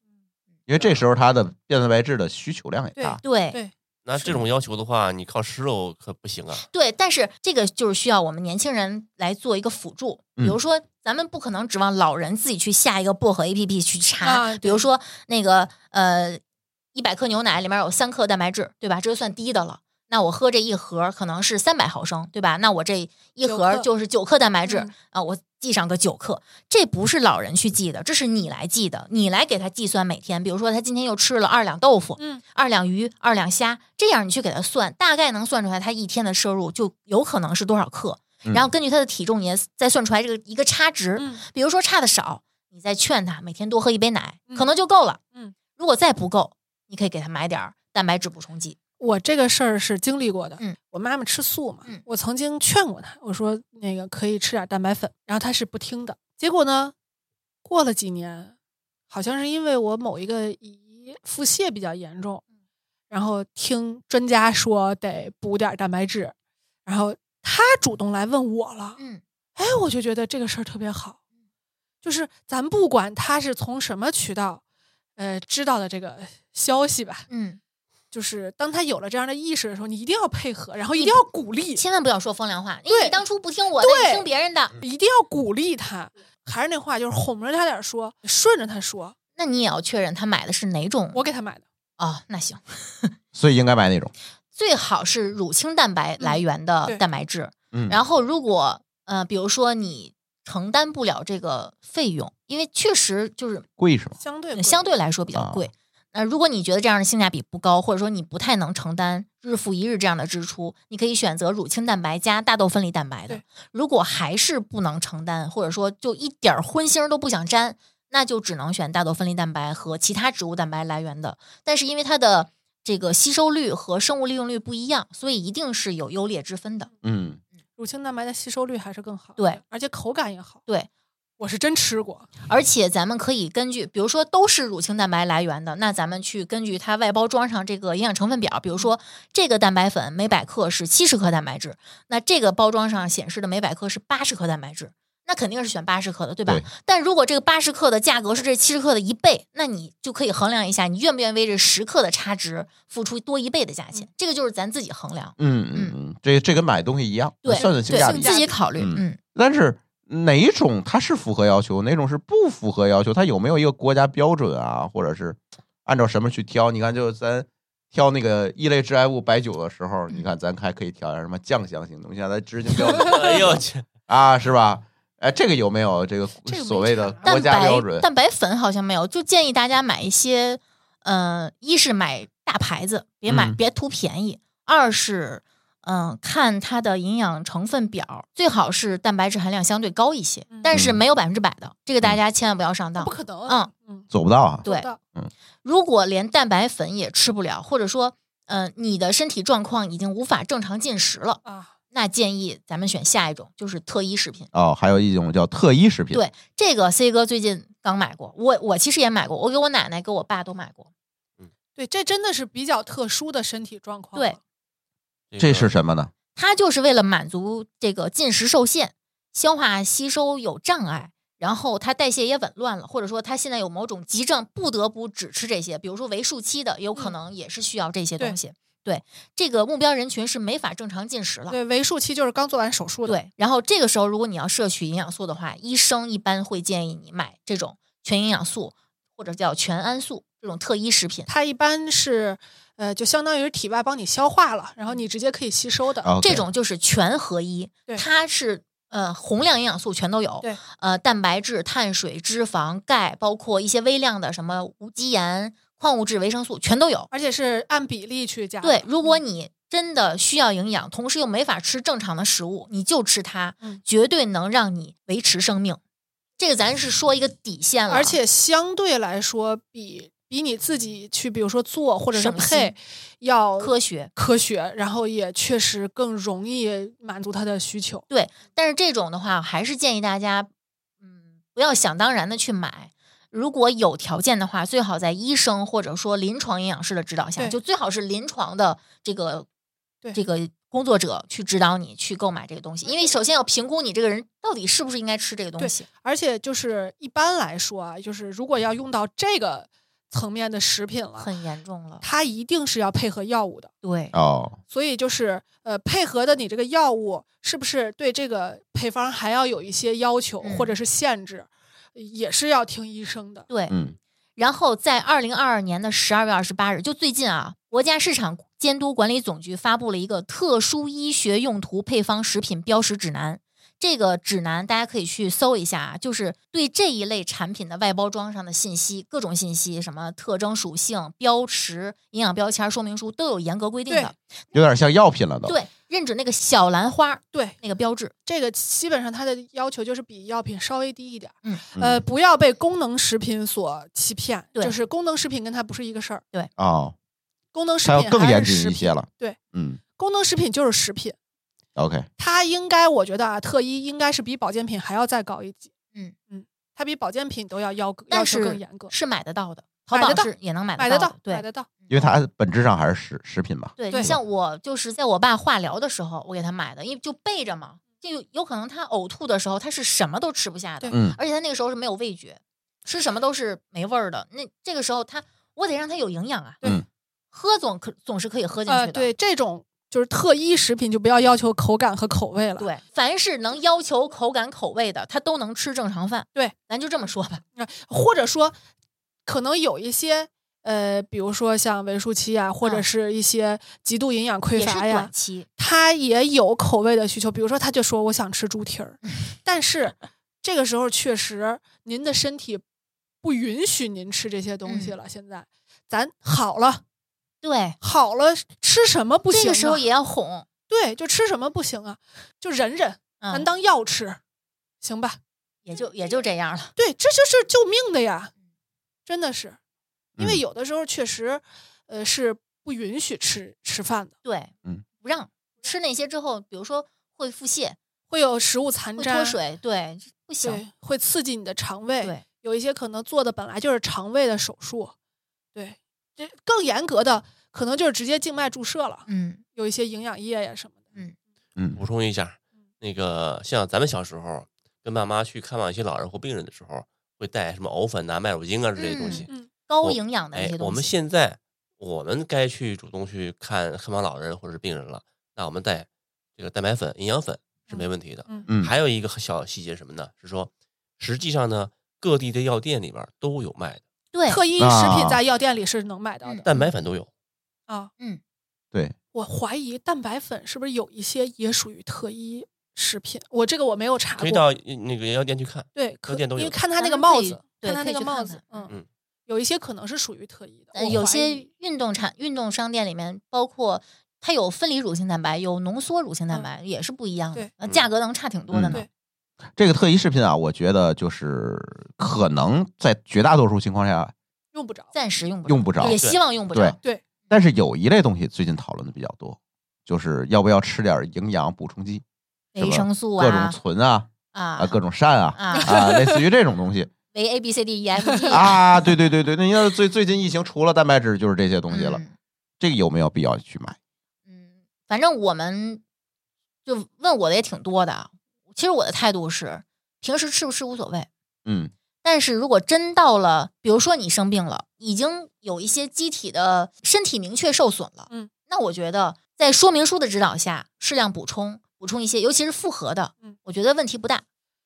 因为这时候它的蛋白质的需求量也大，
对
对
那这种要求的话，你靠吃肉可不行啊。
对，但是这个就是需要我们年轻人来做一个辅助，比如
嗯
说咱们不可能指望老人自己去下一个薄荷 A P P 去查，
啊
比如
对
说那个呃一百克牛奶里面有三克蛋白质，对吧？这就算低的了。那我喝这一盒可能是三百毫升，对吧？那我这一
九
盒
克
就是九克蛋白质啊、
嗯
我记上个九克。这不是老人去记的，这是你来记的，你来给他计算每天。比如说他今天又吃了二两豆腐，
嗯，
二两鱼、二两虾，这样你去给他算，大概能算出来他一天的摄入就有可能是多少克，
嗯
然后根据他的体重，你也再算出来这个一个差值。
嗯
比如说差的少，你再劝他每天多喝一杯奶，
嗯
可能就够了。
嗯，
如果再不够，你可以给他买点儿蛋白质补充剂。
我这个事儿是经历过的。
嗯，
我妈妈吃素嘛，
嗯
我曾经劝过她，我说那个可以吃点蛋白粉，然后她是不听的。结果呢，过了几年，好像是因为我某一个姨腹泻比较严重，
嗯
然后听专家说得补点蛋白质，然后她主动来问我了。
嗯
哎，我就觉得这个事儿特别好，就是咱不管他是从什么渠道，呃，知道的这个消息吧，
嗯，
就是当他有了这样的意识的时候，你一定要配合，然后一
你
定要鼓励，
千万不要说风凉话，因
对
为你当初不听我的，
对
你听别人的，
一定要鼓励他。还是那话，就是哄着他点儿说，顺着他说。
那你也要确认他买的是哪种
我给他买的，
啊、那行，
所以应该买哪种？
最好是乳清蛋白来源
对
的蛋白质。
嗯，
然后如果呃，比如说你承担不了这个费用，因为确实就是
贵是吗？
相对贵
嗯
嗯
相对来说比较贵。那如果你觉得这样的性价比不高，或者说你不太能承担日复一日这样的支出，你可以选择乳清蛋白加大豆分离蛋白的
对。
如果还是不能承担，或者说就一点儿荤腥儿都不想沾，那就只能选大豆分离蛋白和其他植物蛋白来源的。但是因为它的这个吸收率和生物利用率不一样，所以一定是有优劣之分的。
嗯，
乳清蛋白的吸收率还是更好，
对，
而且口感也好。
对，
我是真吃过，
而且咱们可以根据，比如说都是乳清蛋白来源的，那咱们去根据它外包装上这个营养成分表，比
嗯
如说这个蛋白粉每百克是七十克蛋白质，那这个包装上显示的每百克是八十克蛋白质，那肯定是选八十克的，对吧？
对
但如果这个八十克的价格是这七十克的一倍，那你就可以衡量一下，你愿不愿意为这十克的差值付出多一倍的价钱，这个就是咱自己衡量，
嗯嗯嗯，这这跟买东西一样，
对，
算算性价
对
比。
自己考虑，
嗯
嗯
但是哪种它是符合要求，哪种是不符合要求？它有没有一个国家标准啊？或者是按照什么去挑？你看，就咱挑那个一类致癌物白酒的时候，你
嗯
看咱还可以挑点什么酱香型东西啊，咱直接标
(laughs)
准
哎呦我去，
啊，是吧？哎，这个有没有这个
这个没
所谓的国
查
蛋
家
白
标准？
蛋白粉好像没有，就建议大家买一些，呃，一是买大牌子，别买、
嗯
别图便宜；二是，嗯、看它的营养成分表，最好是蛋白质含量相对高一些，
嗯
但是
嗯
没有百分之百的，这个大家千万不要上当。
不可能。
嗯
嗯，
走不到啊，
对
做不到
如果连蛋白粉也吃不了，或者说，嗯、你的身体状况已经无法正常进食了，
啊，
那建议咱们选下一种，就是特一食品。
哦，还有一种叫特一食品，
对这个 C 哥最近刚买过，我我其实也买过，我给我奶奶给我爸都买过。
对，这真的是比较特殊的身体状况。
对，
这是
个
什么呢？
它就是为了满足这个进食受限、消化吸收有障碍，然后它代谢也紊乱了，或者说它现在有某种急症，不得不只吃这些，比如说为数期的，有可
嗯
能也是需要这些
对
东西。对，这个目标人群是没法正常进食了。
对，为数期就是刚做完手术的。
对，然后这个时候如果你要摄取营养素的话，医生一般会建议你买这种全营养素或者叫全氨素这种特一食品。
它一般是，呃，就相当于是体外帮你消化了，然后你直接可以吸收
哦
的。
啊，
这种就是全合一
对，
它是呃宏量营养素全都有，
对，
呃蛋白质、碳水、脂肪、钙，包括一些微量的什么无机盐、矿物质、维生素全都有。
而且是按比例去加的。
对，如果
嗯
你真的需要营养，同时又没法吃正常的食物，你就吃它，
嗯
绝对能让你维持生命。这个咱是说一个底线了，
而且相对来说比比你自己去，比如说做或者是
省
配
心，
要
科学。
科学，然后也确实更容易满足他的需求。
但是这种的话，还是建议大家，嗯，不要想当然的去买。如果有条件的话，最好在医生或者说临床营养师的指导下，
对
就最好是临床的这个
对
这个工作者去指导你去购买这个东西，因为首先要评估你这个人到底是不是应该吃这个东
对
西。
而且就是一般来说啊，就是如果要用到这个层面的食品了，
很严重了，
它一定是要配合药物的。
对，
啊
哦，
所以就是呃，配合的你这个药物是不是对这个配方还要有一些要求
嗯
或者是限制，也是要听医生的。
对，
嗯
然后在二零二二年的十二月二十八日，就最近啊，国家市场监督管理总局发布了一个特殊医学用途配方食品标识指南。这个指南大家可以去搜一下啊，就是对这一类产品的外包装上的信息，各种信息，什么特征属性、标识、营养标签、说明书都有严格规定的。
有点像药品了都。
对，认准那个小兰花
对，
那个标志。
这个基本上它的要求就是比药品稍微低一点儿，
嗯
呃，不要被功能食品所欺骗，
对
就是功能食品跟它不是一个事儿，
啊，
功能食
它要
品
更
还
严
是食
谨一
品，
些了。
对，
嗯
功能食品就是食品，
，OK，
它应该我觉得啊，特一应该是比保健品还要再高一级，
嗯
嗯，它比保健品都要要要
但
求
是
更严格，
是买得到的，淘
买得
宝
到
是也能买
买
得
得
到
到
的，，
买
对。
得到，
因为它本质上还是食食品吧。
对
对
你像我就是在我爸化疗的时候，我给他买的，因为就备着嘛，就有有可能他呕吐的时候，他是什么都吃不下的，
对
嗯
而且他那个时候是没有味觉，吃什么都是没味儿的。那这个时候他，我得让他有营养啊，
对
嗯
喝总可总是可以喝进去
呃，
的，
对这种就是特一食品就不要要求口感和口味了，
对凡是能要求口感口味的，他都能吃正常饭。
对，
咱就这么说吧，
呃或者说，可能有一些呃，比如说像维舒期啊，或者
嗯
是一些极度营养匮
也是
乏
短
哎呀，
期，
他也有口味的需求。比如说，他就说我想吃猪蹄儿，
嗯
但是这个时候确实您的身体不允许您吃这些东西
嗯
了。现在咱好了，
对，
好了，吃什么不行、啊？
这个时候也要哄，
对，就吃什么不行啊？就忍忍，咱
嗯，
当药吃，行吧？
也就也就这样了，
对，这就是救命的呀，真的是，因为
嗯
有的时候确实，呃，是不允许吃吃饭的，
对，
嗯，
不让吃那些之后，比如说会腹泻。
会有食物残
会
渣，
脱水，对，这不行，
对，会刺激你的肠胃，
对，
有一些可能做的本来就是肠胃的手术，对，这更严格的可能就是直接静脉注射了，
嗯，
有一些营养液呀什么的，
嗯
补充一下，那个像咱们小时候跟爸妈去看望一些老人或病人的时候，会带什么藕粉啊、麦乳精啊之类的东西。
嗯，
高
我
营养的一
哎
些，东西。
我们现在我们该去主动去看看望老人或者是病人了，那我们带这个蛋白粉、营养粉是没问题的。
嗯，
还有一个小细节是什么呢？是说，实际上呢，各地的药店里边儿都有卖的，
对嗯
特一食品
啊
在药店里是能买到的
蛋白粉都有。
啊，
对，
我怀疑蛋白粉是不是有一些也属于特一食品，我这个我没有查
可以
嗯过。
到呃那个药店去看。
对，可
各店都
因为
有
看他
咱
那个
们
帽
可以
子，
对
他
可
那
以
个
去
帽
看
子
看，嗯
嗯，
有一些可能是属于特异的，
呃
我
有
怀
些
疑
运动产运动商店里面，包括它有分离乳清蛋白，有浓缩乳清蛋
嗯
白，也是不一样的
对，
呃价格能差挺多的
嗯
呢
对。
这个特一视频啊，我觉得就是可能在绝大多数情况下
用不着。
暂时用不
用不着
也
对
希望用不
对
着。
对，
但是有一类东西最近讨论的比较多，就是要不要吃点营养补充剂，什
维
么
生素
各种
啊
醇啊啊，
啊
各种膳啊
啊，
啊，类似于这种东
(laughs)
西
维 A B C D E F G
啊。对对对对，那你要最最近疫情除了蛋白质就是这些东西了，
嗯
这个有没有必要去买？
嗯，反正我们就问我的也挺多的啊。其实我的态度是，平时吃不吃无所谓。
嗯
但是如果真到了，比如说你生病了，已经有一些机体的身体明确受损了，
嗯，
那我觉得在说明书的指导下，适量补充补充一些，尤其是复合的，
嗯，
我觉得问题不大，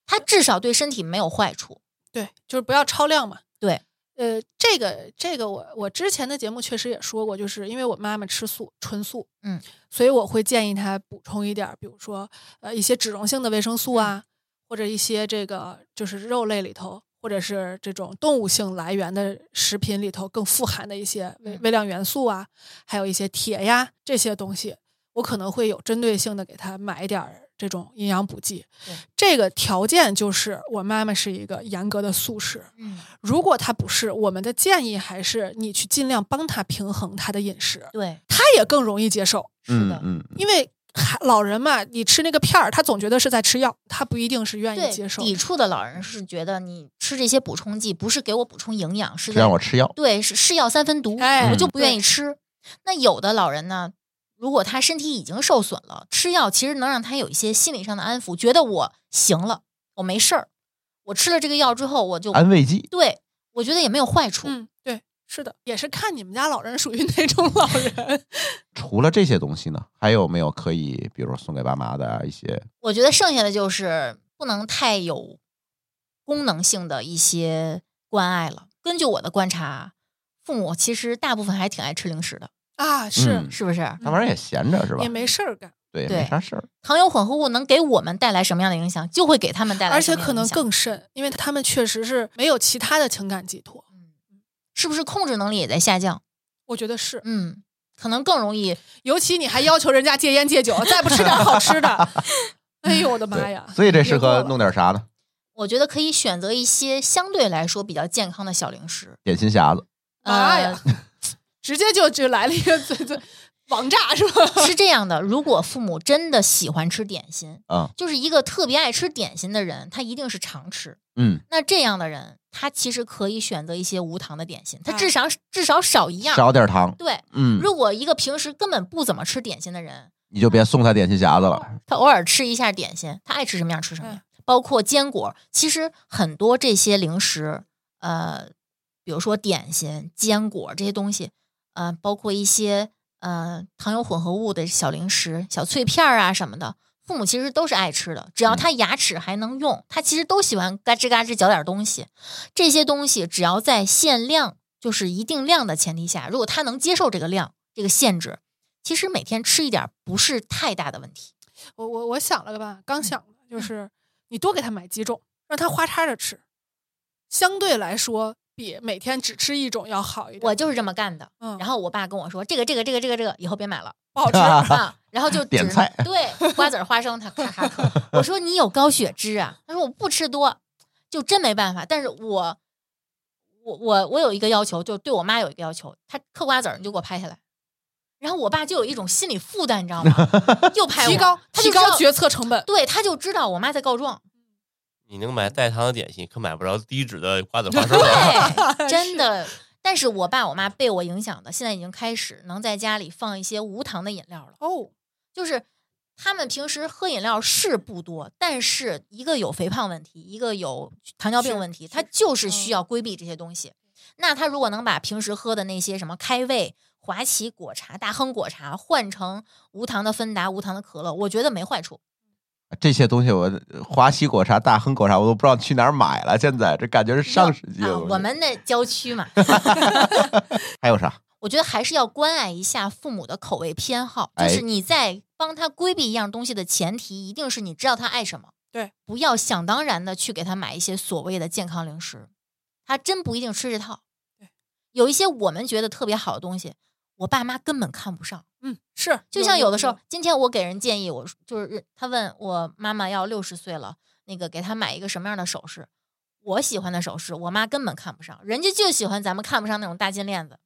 它至少对身体没有坏处。
对，就是不要超量嘛。
对，
呃，这个这个我我之前的节目确实也说过，就是因为我妈妈吃素，纯素，
嗯，
所以我会建议她补充一点儿，比如说呃一些脂溶性的维生素
嗯
啊，或者一些这个就是肉类里头。或者是这种动物性来源的食品里头更富含的一些微
嗯
微量元素啊，还有一些铁呀这些东西，我可能会有针对性的给她买一点儿这种营养补剂
对。
这个条件就是我妈妈是一个严格的素食，
嗯，
如果他不是，我们的建议还是你去尽量帮他平衡他的饮食，
对，
他也更容易接受。
是
嗯
的，
嗯，
因为孩老人嘛，你吃那个片儿，他总觉得是在吃药，他不一定是愿意接
对，
受。
抵触的老人是觉得你吃这些补充剂不是给我补充营养，是
是
在
让我吃药。
对，是是药三分毒，
哎
我就不愿意
对
吃。那有的老人呢，如果他身体已经受损了，吃药其实能让他有一些心理上的安抚，觉得我行了，我没事儿，我吃了这个药之后，我就
安慰剂，
对我觉得也没有坏处。
嗯，对，是的，也是看你们家老人属于哪种老人。
除了这些东西呢，还有没有可以，比如说送给爸妈的啊一些？
我觉得剩下的就是不能太有功能性的一些关爱了。根据我的观察，父母其实大部分还挺爱吃零食的。
啊，是
嗯
是不是？
那玩意儿也闲着是吧
也？没事儿干，
对，
对
没啥事儿。
糖油混合物能给我们带来什么样的影响，就会给他们带来
而
什
且
么
可
样的
能
影响
更甚，因为他们确实是没有其他的情感寄托。
嗯是不是控制能力也在下降？
我觉得是，
嗯，可能更容易
尤其你还要求人家戒烟 (laughs) 戒酒，再不吃点好 (laughs) 吃的，哎呦我的妈
对
呀！
所以这
别
适
过
合
了
弄点啥呢？
我觉得可以选择一些相对来说比较健康的小零食。
点心匣子，
妈呀
呃，
直接就就来了一个最最 (laughs) 王炸是吧？
呃是这样的，如果父母真的喜欢吃点心，
嗯
就是一个特别爱吃点心的人，他一定是常吃。
嗯，
那这样的人，他其实可以选择一些无糖的点心，他
啊
至少、至少少一样。
少点糖，
对，
嗯，
如果一个平时根本不怎么吃点心的人，
你就别送他点心匣子了。
他偶尔吃一下点心，他爱吃什么样吃什么样，包括坚果。其实很多这些零食，呃，比如说点心、坚果这些东西，呃，包括一些呃糖油混合物的小零食、小脆片儿啊什么的，父母其实都是爱吃的。只要他牙齿还能用，他其实都喜欢嘎吱嘎吱嚼点东西。这些东西只要在限量，就是一定量的前提下，如果他能接受这个量、这个限制，其实每天吃一点儿不是太大的问题。
我我我想了个办法，刚想了，就是你多给他买几种，让他花叉着吃，相对来说比每天只吃一种要好一点。
我就是这么干的。
嗯，
然后我爸跟我说：“这个、这个、这个、这个、这个，以后
(laughs)
别买了。
不 (laughs) 好吃，
啊”然后就
点
只
菜
对瓜子儿、花生，他咔咔嗑。我说：“你有高血脂啊？”他说：“我不吃多，就真没办法。”但是我，我我我有一个要求，就对我妈有一个要求，她嗑瓜子儿你就给我拍下来。然后我爸就有一种心理负担，你知道吗？又拍我
提高
他就
提
知道
高决策成本。
对，他就知道我妈在
(laughs)
告状。
你能买代糖的点心，可买不着低脂的瓜子花生了。
对，真的。但是我爸我妈被我影响的，现在已经开始能在家里放一些无糖的饮料了。
哦，
就是他们平时喝饮料是不多，但是一个有肥胖问题，一个有糖尿病问题，
是
他
是
就是需
嗯
要规避这些东西。那他如果能把平时喝的那些什么开胃、华奇果茶、大亨果茶换成无糖的芬达、无糖的可乐，我觉得没坏处。
这些东西我华西果茶、大亨果茶，我都不知道去哪儿买了。现在这感觉是上世纪的
啊，
东西
我们那郊
(laughs)
区嘛，
还有啥？
我觉得还是要关爱一下父母的口味偏好，就
哎
是你在帮他规避一样东西的前提，一定是你知道他爱什么。
对，
不要想当然的去给他买一些所谓的健康零食，他真不一定吃这套。
对，
有一些我们觉得特别好的东西，我爸妈根本看不上。
嗯，是，
就像有的时候
有，
今天我给人建议，我说就是他问我妈妈要六十岁了，那个给她买一个什么样的首饰，我喜欢的首饰，我妈根本看不上，人家就喜欢咱们看不上那种大金链子，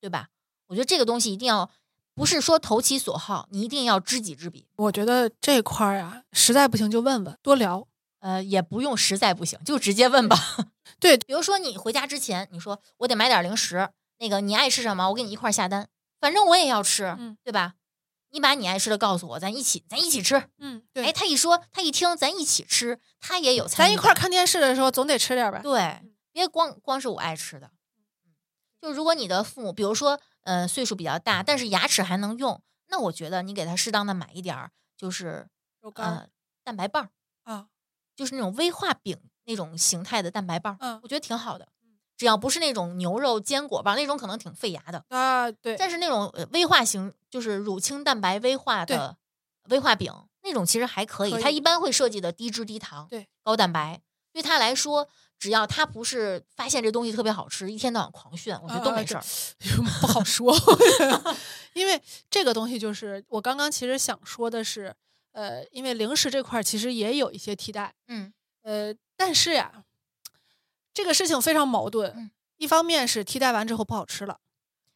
对吧？我觉得这个东西一定要不是说投其所好，你一定要知己知彼。
我觉得这块儿啊，实在不行就问问，多聊。
呃，也不用实在不行就直接问吧。 (laughs)
对
比如说你回家之前，你说我得买点零食，那个你爱吃什么，我给你一块儿下单，反正我也要吃，
嗯
对吧？你把你爱吃的告诉我，咱一起，咱一起吃。
嗯，
哎，
对，嗯
他一说，他一听，咱一起吃，他也有参
咱
与
一块儿嗯
感
看电视的时候总得吃点儿吧。
对，别光光是我爱吃的。就如果你的父母，比如说，呃，岁数比较大，但是牙齿还能用，那我觉得你给他适当的买一点儿，就是
肉干儿
呃蛋白棒儿，
啊，
就是那种威化饼那种形态的蛋白棒儿，
嗯
我觉得挺好的。只要不是那种牛肉坚果棒，那种可能挺费牙的。
啊，对，
(laughs) 但是那种呃威化型，就是乳清蛋白威化的威化饼，那种其实还可以。
可以
它一般会设计的低脂、低糖、
对
高蛋白。对他来说，只要他不是发现这东西特别好吃，一天到晚狂炫，我觉得都
啊
没
对
事儿。
不好说， (laughs) 因为这个东西就是我刚刚其实想说的是，呃，因为零食这块儿其实也有一些替代，
嗯
呃，但是呀，这个事情非常矛盾，
嗯
一方面是替代完之后不好吃了，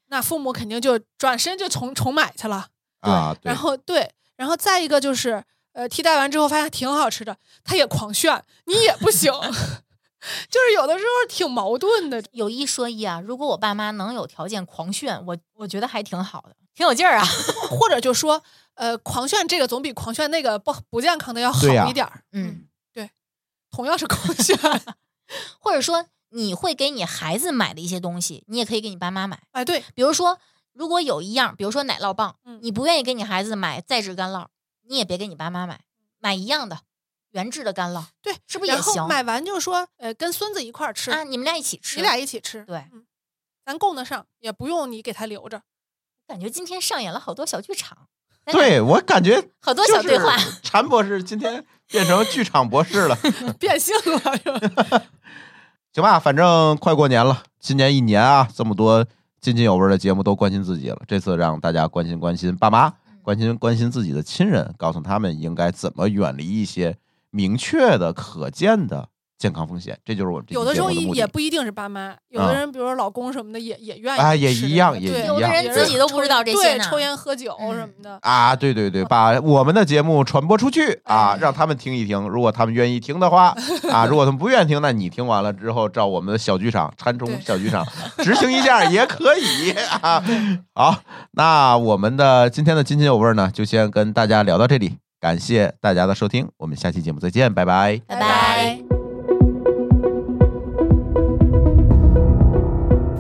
那父母肯定就转身就重重买去了，
啊，对
然，后对，然后再一个就是，呃，替代完之后发现挺好吃的，他也狂炫，你也不行， (laughs) 就是有的时候挺矛盾的，
有一说一啊，如果我爸妈能有条件狂炫，我我觉得还挺好的，挺有劲儿啊。
或者就说，呃，狂炫这个总比狂炫那个不不健康的要好
对呀
一点儿。
嗯，
同样是狂炫，
或者说你会给你孩子买的一些东西，你也可以给你爸妈买。
哎，对，
比如说，如果有一样，比如说奶酪棒，
嗯
你不愿意给你孩子买再制干酪，你也别给你爸妈买，买一样的原制的干酪，
对，
是不是也
然后
行？
买完就说，呃，跟孙子一块儿吃，
啊啊，你们俩一起吃，
你俩一起吃，
对
嗯咱供得上，也不用你给他留着。 (laughs)
感觉今天上演了好多小剧场，咱俩
对我感觉
好多小
(laughs)
对话。
就是禅博士今天变成剧场博士了，
变性了是吧？
行吧，反正快过年了，今年一年啊，这么多津津有味的节目都关心自己了，这次让大家关心关心爸妈，关
嗯
心关心自己的亲人，告诉他们应该怎么远离一些明确的、可见的健康风险，这就是我们这
有
期
的
节
时
目
候
的目的。
也不一定是爸妈，有的人比如说老公什么的也也愿意
啊也
吃
一
这
样
个
也
对
一
有的
样
人自己都不知道这些
对，
呢。
抽烟喝酒
嗯
什么的，
啊，对对对，把我们的节目传播出去啊
哎，
让他们听一听。如果他们愿意听的话啊，如果他们不愿意听，那你听完了之后，照我们的小剧场馋虫
对
小剧场执行一下也可以啊。好，那我们的今天的津津有味呢，就先跟大家聊到这里，感谢大家的收听，我们下期节目再见，拜拜。
拜
拜
拜
拜。